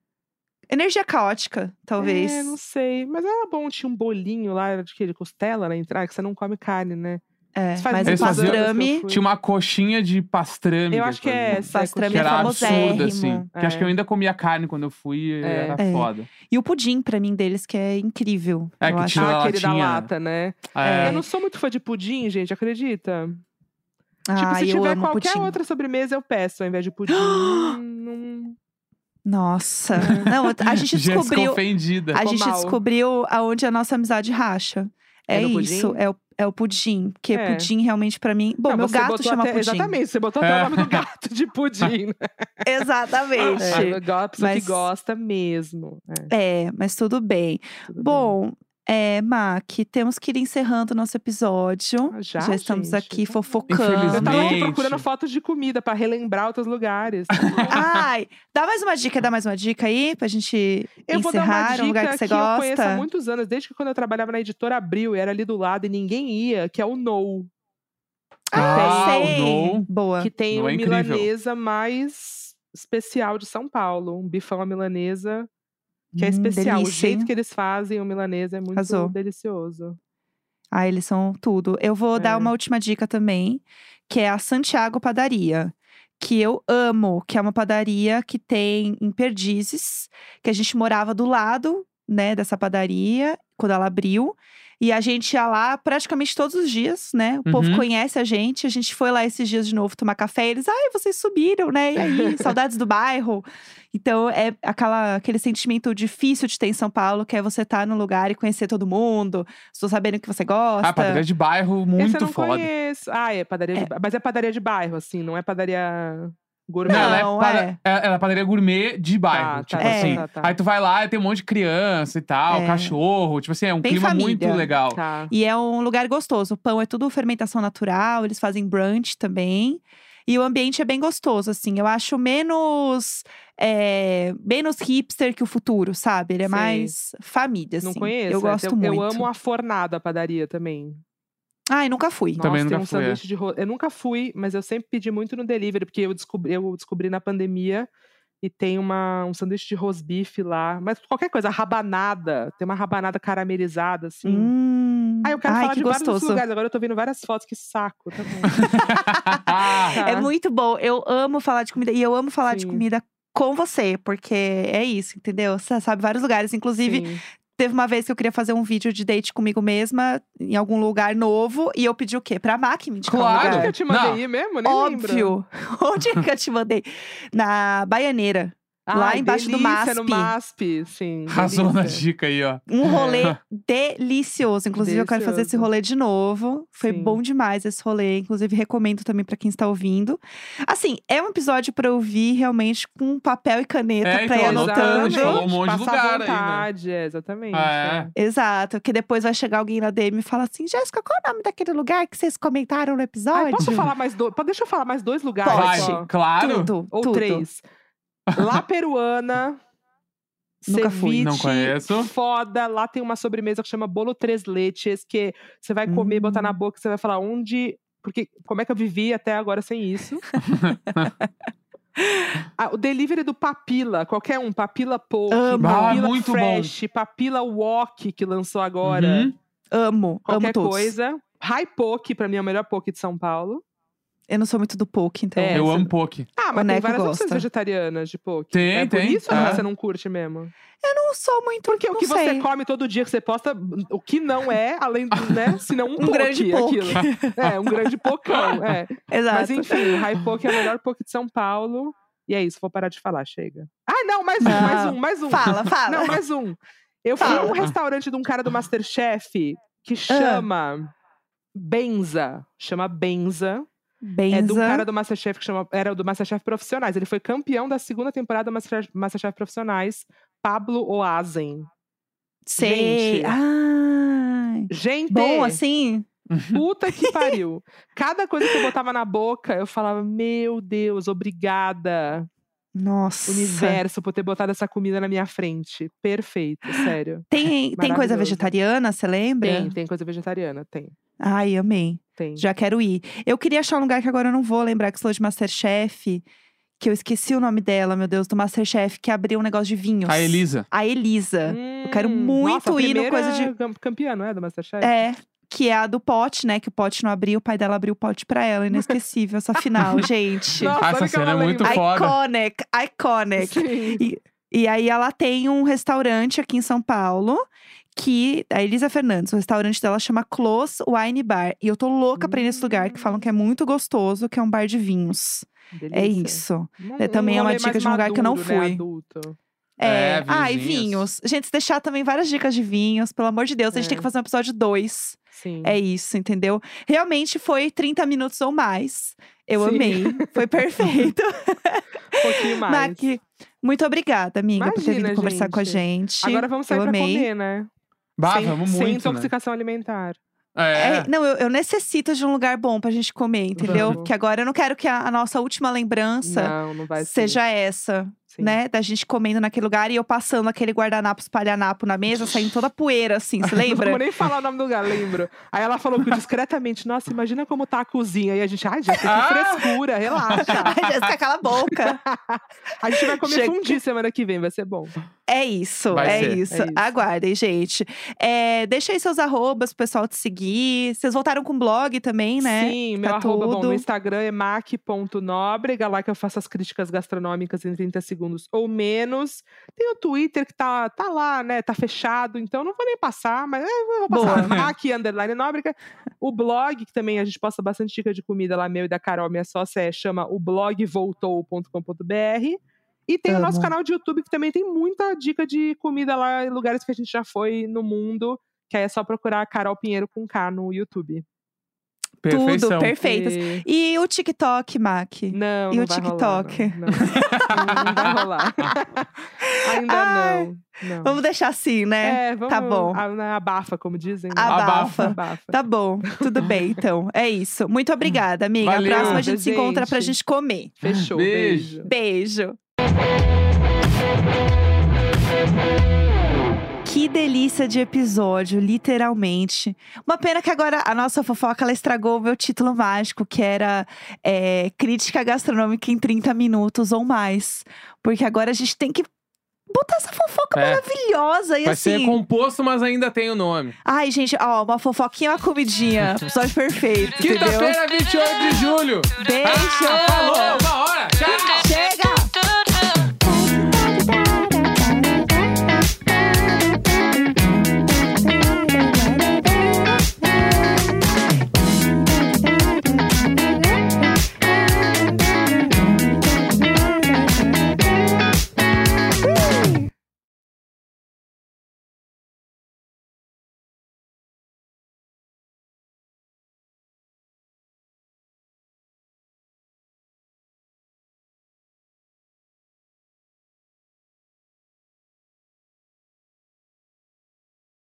Speaker 1: Energia caótica, talvez.
Speaker 4: É, não sei. Mas era bom, tinha um bolinho lá, era de quê? De costela na entrada, que você não come carne, né?
Speaker 1: É,
Speaker 4: Isso faz
Speaker 1: mas
Speaker 4: muito
Speaker 1: o
Speaker 2: Eles faziam-
Speaker 1: pastrame,
Speaker 4: Fui.
Speaker 2: Tinha uma coxinha de pastrame.
Speaker 4: Eu acho que
Speaker 2: depois,
Speaker 4: é.
Speaker 2: né?
Speaker 4: essa
Speaker 1: pastrame
Speaker 2: Que
Speaker 1: é
Speaker 2: era
Speaker 1: famosérrimo.
Speaker 2: absurdo, assim. Que acho que eu ainda comia carne quando eu fui e
Speaker 4: É.
Speaker 2: era
Speaker 1: É.
Speaker 2: foda.
Speaker 1: E o pudim pra mim deles, que é incrível.
Speaker 2: É,
Speaker 1: eu
Speaker 2: que
Speaker 1: acho.
Speaker 2: tirou
Speaker 4: Ah,
Speaker 2: a
Speaker 4: aquele da
Speaker 2: latinha.
Speaker 4: lata, né?
Speaker 1: É.
Speaker 4: Eu não sou muito fã de pudim, gente, acredita? tipo,
Speaker 1: Ah,
Speaker 4: se
Speaker 1: eu
Speaker 4: tiver
Speaker 1: amo
Speaker 4: qualquer
Speaker 1: pudim.
Speaker 4: outra sobremesa, eu peço ao invés de pudim. Hum,
Speaker 1: Nossa. não, a gente
Speaker 2: Jéssica
Speaker 1: descobriu.
Speaker 2: ofendida.
Speaker 1: A
Speaker 4: ficou
Speaker 1: gente
Speaker 4: mal.
Speaker 1: descobriu aonde a nossa amizade racha.
Speaker 4: É
Speaker 1: É,
Speaker 4: no pudim?
Speaker 1: isso, é o, é o pudim. Porque
Speaker 4: É.
Speaker 1: pudim realmente pra mim. Bom,
Speaker 4: não,
Speaker 1: meu
Speaker 4: você
Speaker 1: gato
Speaker 4: botou
Speaker 1: chama
Speaker 4: até,
Speaker 1: pudim.
Speaker 4: Exatamente, você botou até
Speaker 2: É.
Speaker 4: o nome do gato de pudim. né?
Speaker 1: Exatamente.
Speaker 4: É, a pessoa
Speaker 1: Mas-
Speaker 4: que gosta mesmo. É,
Speaker 1: É, mas tudo bem.
Speaker 4: tudo
Speaker 1: Bom, é, Mac, temos que ir encerrando o nosso episódio.
Speaker 4: bem. Ah, já,
Speaker 1: estamos
Speaker 4: gente?
Speaker 1: aqui
Speaker 4: Eu
Speaker 1: fofocando.
Speaker 4: tava aqui
Speaker 2: Gente.
Speaker 4: procurando fotos de comida pra relembrar outros lugares.
Speaker 1: Ai, dá mais uma dica, dá mais uma dica aí pra gente
Speaker 4: Eu vou dar uma
Speaker 1: encerrar
Speaker 4: dica
Speaker 1: um lugar que você
Speaker 4: eu conheço há
Speaker 1: gosta.
Speaker 4: muitos anos, desde que quando eu trabalhava na editora Abril, e era ali do lado e ninguém ia, que é o No,
Speaker 2: Ah,
Speaker 1: Ah, sei.
Speaker 2: o No.
Speaker 1: Boa.
Speaker 4: que tem
Speaker 2: No
Speaker 4: uma
Speaker 2: é incrível.
Speaker 4: milanesa mais especial de São Paulo, um bifão à milanesa que é
Speaker 1: Hum,
Speaker 4: especial. o
Speaker 1: delícia,
Speaker 4: jeito
Speaker 1: hein?
Speaker 4: que eles fazem o milanesa é muito
Speaker 1: Arrasou.
Speaker 4: delicioso.
Speaker 1: Ah, eles são tudo. Eu vou
Speaker 4: É.
Speaker 1: dar uma última dica também, que é a Santiago Padaria. Que eu amo, que é uma padaria que tem em Perdizes, que a gente morava do lado, né, dessa padaria, quando ela abriu. E a gente ia lá praticamente todos os dias, né? O povo
Speaker 2: Uhum.
Speaker 1: conhece a gente. A gente foi lá esses dias de novo tomar café. e eles, ai, vocês subiram, né? E aí, saudades do bairro. Então, é aquela, aquele sentimento difícil de ter em São Paulo, que é você estar num lugar e conhecer todo mundo, as pessoas saberem que você gosta.
Speaker 2: Ah, padaria de bairro,
Speaker 4: Esse eu
Speaker 2: muito
Speaker 4: não
Speaker 2: foda.
Speaker 4: conheço. Ah, é padaria de
Speaker 1: É.
Speaker 4: bairro. Mas é padaria de bairro, assim, não é padaria gourmet.
Speaker 2: Não, ela é,
Speaker 1: Não,
Speaker 2: pada-
Speaker 1: é.
Speaker 2: ela- ela é padaria gourmet de bairro.
Speaker 4: tá,
Speaker 2: tipo
Speaker 1: tá,
Speaker 2: assim.
Speaker 4: tá, tá.
Speaker 2: Aí tu vai lá e tem um monte de criança e tal,
Speaker 1: É.
Speaker 2: cachorro. Tipo assim, é um
Speaker 1: Bem
Speaker 2: clima
Speaker 1: família.
Speaker 2: muito legal.
Speaker 4: Tá.
Speaker 1: E é um lugar gostoso. O pão é tudo fermentação natural, eles fazem brunch também. E o ambiente é bem gostoso, assim. Eu acho menos. é, menos hipster que o futuro, sabe? Ele é
Speaker 4: Sei.
Speaker 1: mais família, assim.
Speaker 4: Não conheço.
Speaker 1: Eu
Speaker 4: essa.
Speaker 1: gosto
Speaker 4: eu,
Speaker 1: muito.
Speaker 4: Eu amo a fornada, a padaria também.
Speaker 1: Ai, nunca fui.
Speaker 4: Nossa, tem
Speaker 2: Também nunca
Speaker 4: um
Speaker 2: fui, é.
Speaker 4: sanduíche de ro... Eu nunca fui, mas eu sempre pedi muito no delivery, porque eu descobri, eu descobri na pandemia e tem uma, um sanduíche de rosbife lá. Mas qualquer coisa, rabanada. Tem uma rabanada caramelizada, assim.
Speaker 1: Hum.
Speaker 4: Ah, eu quero
Speaker 1: Ai,
Speaker 4: falar
Speaker 1: que
Speaker 4: de vários
Speaker 1: gostoso.
Speaker 4: desses lugares. Agora eu tô vendo várias fotos, que saco. Tá bom. Tá.
Speaker 1: É muito bom. Eu amo falar de comida. E eu amo falar de
Speaker 4: Sim.
Speaker 1: comida com você, porque é isso, entendeu? Você sabe vários lugares. Inclusive,
Speaker 4: Sim.
Speaker 1: Teve uma vez que eu queria fazer um vídeo de date comigo mesma em algum lugar novo e eu pedi o quê? Pra Mac me indicar um
Speaker 4: Claro
Speaker 1: lugar.
Speaker 4: que eu te mandei
Speaker 2: Não.
Speaker 4: ir mesmo, nem lembro.
Speaker 1: Óbvio. Onde é que eu te mandei? Na Baianeira. Lá
Speaker 4: Ai,
Speaker 1: embaixo do
Speaker 4: delícia, no
Speaker 1: MASP.
Speaker 4: MASP, sim.
Speaker 2: Arrasou na
Speaker 4: delícia.
Speaker 2: dica aí, ó.
Speaker 1: Um rolê
Speaker 2: É.
Speaker 1: delicioso. Inclusive, eu quero fazer esse
Speaker 4: Delicioso.
Speaker 1: rolê de novo. Foi
Speaker 4: Sim.
Speaker 1: bom demais esse rolê. Inclusive, recomendo também pra quem está ouvindo. Assim, é um episódio pra ouvir realmente com papel e caneta
Speaker 2: É,
Speaker 1: pra
Speaker 2: então,
Speaker 1: ir Tá anotando.
Speaker 2: exatamente. Falou um monte de
Speaker 4: Passar
Speaker 2: lugar aí, né?
Speaker 4: vontade, é, exatamente.
Speaker 2: Ah,
Speaker 1: Exato, que depois vai chegar alguém na DM e falar assim: Jéssica, qual é o nome daquele lugar que vocês comentaram no episódio?
Speaker 4: Ai, posso falar mais dois? Deixa eu falar mais dois lugares.
Speaker 2: Vai,
Speaker 1: Pode.
Speaker 4: só.
Speaker 2: claro.
Speaker 1: Tudo,
Speaker 4: Ou
Speaker 1: tudo.
Speaker 4: três. La Peruana.
Speaker 1: Nunca fui.
Speaker 4: ceviche,
Speaker 2: Não conheço.
Speaker 4: Foda. Lá tem uma sobremesa que chama bolo três leites, que você vai comer,
Speaker 1: Hum.
Speaker 4: botar na boca, você vai falar onde. Porque como é que eu vivi até agora sem isso? Ah, o delivery do Papila, qualquer um, Papila Poke,
Speaker 1: Amo. é
Speaker 2: Ah,
Speaker 4: Papila
Speaker 2: muito bom.
Speaker 4: Fresh, Papila Walk que lançou agora.
Speaker 2: Uhum.
Speaker 1: Amo,
Speaker 4: Qualquer
Speaker 1: amo todos.
Speaker 4: coisa. High Poke, pra mim, é o melhor poke de São Paulo.
Speaker 1: Eu não sou muito do poke, então.
Speaker 4: É,
Speaker 2: Eu
Speaker 4: você-
Speaker 2: amo poke.
Speaker 4: Ah, mas
Speaker 1: O
Speaker 4: tem
Speaker 1: Neco
Speaker 4: várias opções
Speaker 1: gosta.
Speaker 4: vegetarianas de poke.
Speaker 2: Tem,
Speaker 4: é
Speaker 2: tem,
Speaker 4: Por isso que
Speaker 2: é.
Speaker 4: você não curte mesmo.
Speaker 1: Eu não sou muito.
Speaker 4: Porque
Speaker 1: não
Speaker 4: o que
Speaker 1: sei.
Speaker 4: você come todo dia que você posta, o que não é, além do, né? Senão um,
Speaker 1: Um grande poke.
Speaker 4: aquilo. É, um grande pocão, é.
Speaker 1: Exato.
Speaker 4: Mas enfim, o High Poke é o melhor poke de São Paulo. E é isso, vou parar de falar, chega. Ah, não, mais um, mais
Speaker 1: Não.
Speaker 4: um, mais um.
Speaker 1: Fala, fala.
Speaker 4: Não, mais um. Eu fui
Speaker 1: Fala. Ah.
Speaker 4: num restaurante de um cara do Masterchef que chama Benza. Chama Benza.
Speaker 1: Benza.
Speaker 4: É de um cara do Masterchef que chama, era do Masterchef Profissionais. Ele foi campeão da segunda temporada do Masterchef, Masterchef Profissionais, Pablo Oazen.
Speaker 1: Sei.
Speaker 4: Gente.
Speaker 1: Ai.
Speaker 4: Gente,
Speaker 1: Bom, assim.
Speaker 4: puta que pariu. Cada coisa que eu botava na boca, eu falava, meu Deus, obrigada,
Speaker 1: Nossa.
Speaker 4: universo, por ter botado essa comida na minha frente. Perfeito, sério.
Speaker 1: Tem, tem coisa
Speaker 4: Maravilhoso.
Speaker 1: vegetariana, você lembra?
Speaker 4: Tem, tem coisa vegetariana, tem,
Speaker 1: Ai, amei.
Speaker 4: tem.
Speaker 1: Já quero ir. Eu queria achar um lugar que agora eu não vou lembrar, que sou de Masterchef. Que eu esqueci o nome dela, meu Deus, do Masterchef, que abriu um negócio de vinhos.
Speaker 2: A Elisa.
Speaker 1: A Elisa.
Speaker 4: eu
Speaker 1: quero muito ir no coisa de-
Speaker 4: Campeã, não é? Do Masterchef?
Speaker 1: É. Que é a do pote, né? Que o pote não abriu, o pai dela abriu o pote pra ela. Inesquecível essa final, gente.
Speaker 4: Nossa,
Speaker 2: Ah,
Speaker 4: olha
Speaker 2: essa
Speaker 4: que
Speaker 2: cena é
Speaker 4: ela tá
Speaker 2: muito
Speaker 4: lembra.
Speaker 2: foda.
Speaker 1: Iconic, iconic.
Speaker 4: Sim.
Speaker 1: E aí ela tem um restaurante aqui em São Paulo que é a Elisa Fernandes, o restaurante dela chama Close Wine Bar. E eu tô louca pra ir nesse lugar que falam que é muito gostoso, que é um bar de vinhos. É
Speaker 4: Hum. Delícia.
Speaker 1: isso.
Speaker 4: Num-
Speaker 1: É, também é uma
Speaker 4: rolê
Speaker 1: dica
Speaker 4: mais
Speaker 1: de um lugar que eu não
Speaker 4: maduro, né,
Speaker 1: fui.
Speaker 4: adulto.
Speaker 1: É,
Speaker 2: É,
Speaker 1: ah, e
Speaker 2: vinhozinhos.
Speaker 1: vinhos. Gente, se deixar também várias dicas de vinhos, pelo amor de Deus, a gente
Speaker 4: É.
Speaker 1: tem que fazer um episódio 2.
Speaker 4: Sim.
Speaker 1: É isso, entendeu? Realmente foi 30 minutos ou mais. Eu
Speaker 4: Sim.
Speaker 1: amei, foi perfeito.
Speaker 4: um pouquinho mais.
Speaker 1: Mac, muito obrigada, amiga, por ter vindo
Speaker 4: Imagina,
Speaker 1: conversar com a gente.
Speaker 4: Agora vamos sair
Speaker 1: eu
Speaker 4: pra
Speaker 1: amei.
Speaker 4: comer, né?
Speaker 2: Bah,
Speaker 4: sem,
Speaker 2: vamos
Speaker 4: sem
Speaker 2: muito, né?
Speaker 4: intoxicação alimentar.
Speaker 2: É.
Speaker 1: É, não, eu, eu necessito de um lugar bom pra gente comer, entendeu?
Speaker 4: Vamos.
Speaker 1: Porque agora eu não quero que a, a nossa última lembrança
Speaker 4: Não, não vai ser.
Speaker 1: seja essa,
Speaker 4: Sim.
Speaker 1: né? Da gente comendo naquele lugar e eu passando aquele guardanapo espalhanapo na mesa, saindo toda poeira, assim, se
Speaker 4: Não
Speaker 1: lembra?
Speaker 4: vou nem falar o nome do lugar, lembro. Aí ela falou que discretamente, nossa, imagina como tá a cozinha. E a gente, ai, gente, que
Speaker 2: Ah!
Speaker 4: frescura, relaxa.
Speaker 1: Ai, Jéssica, cala a boca.
Speaker 4: A gente vai comer
Speaker 1: Chega.
Speaker 4: fundi semana que vem, vai ser bom.
Speaker 1: É isso,
Speaker 2: Vai
Speaker 1: é
Speaker 2: ser.
Speaker 1: isso.
Speaker 4: É isso.
Speaker 1: Aguardem, gente. É, deixa aí seus arrobas pro pessoal te seguir. Vocês voltaram com blog também, né?
Speaker 4: Sim,
Speaker 1: Tá
Speaker 4: meu arroba, bom,
Speaker 1: tudo.
Speaker 4: no Instagram é mac.nóbrega, lá que eu faço as críticas gastronômicas em 30 segundos ou menos. Tem o Twitter que tá, tá lá, né, tá fechado, então não vou nem passar, mas é, eu vou passar.
Speaker 2: Boa.
Speaker 4: Mac, underline, nóbrega. O blog, que também a gente posta bastante dica de comida lá, meu e da Carol, minha sócia, é, chama o blogvoltou.com.br. E tem o nosso
Speaker 1: Amo.
Speaker 4: canal de YouTube, que também tem muita dica de comida lá, em lugares que a gente já foi no mundo. Que aí é só procurar Carol Pinheiro com K no YouTube.
Speaker 2: Perfeição.
Speaker 1: Tudo, perfeitas.
Speaker 4: E-
Speaker 1: E o TikTok, Mac?
Speaker 4: não,
Speaker 1: E
Speaker 4: não
Speaker 1: o
Speaker 4: vai
Speaker 1: TikTok?
Speaker 4: Rolar, não. Não. Não vai rolar. Ainda
Speaker 1: Ai,
Speaker 4: não. não.
Speaker 1: Vamos deixar assim, né?
Speaker 4: É, vamos.
Speaker 1: tá bom.
Speaker 4: a- na- Abafa, como dizem. né?
Speaker 1: Abafa.
Speaker 4: Abafa.
Speaker 1: Tá bom, tudo bem, então. É isso. Muito obrigada, amiga.
Speaker 2: Valeu.
Speaker 1: a próxima a gente se
Speaker 4: Gente.
Speaker 1: encontra pra gente comer.
Speaker 4: Fechou.
Speaker 2: Beijo.
Speaker 4: beijo.
Speaker 1: Beijo. Que delícia de episódio, literalmente. Uma pena que agora a nossa fofoca ela estragou o meu título mágico, que era é, Crítica Gastronômica em 30 minutos ou mais. Porque agora a gente tem que botar essa fofoca
Speaker 2: É.
Speaker 1: maravilhosa e
Speaker 2: Vai
Speaker 1: assim.
Speaker 2: ser composto, mas ainda tem o nome.
Speaker 1: Ai, gente, ó, uma fofoquinha e uma comidinha. Episódio perfeito. entendeu?
Speaker 2: Quinta-feira, 28 de julho.
Speaker 1: Beijo!
Speaker 2: Ah, falou!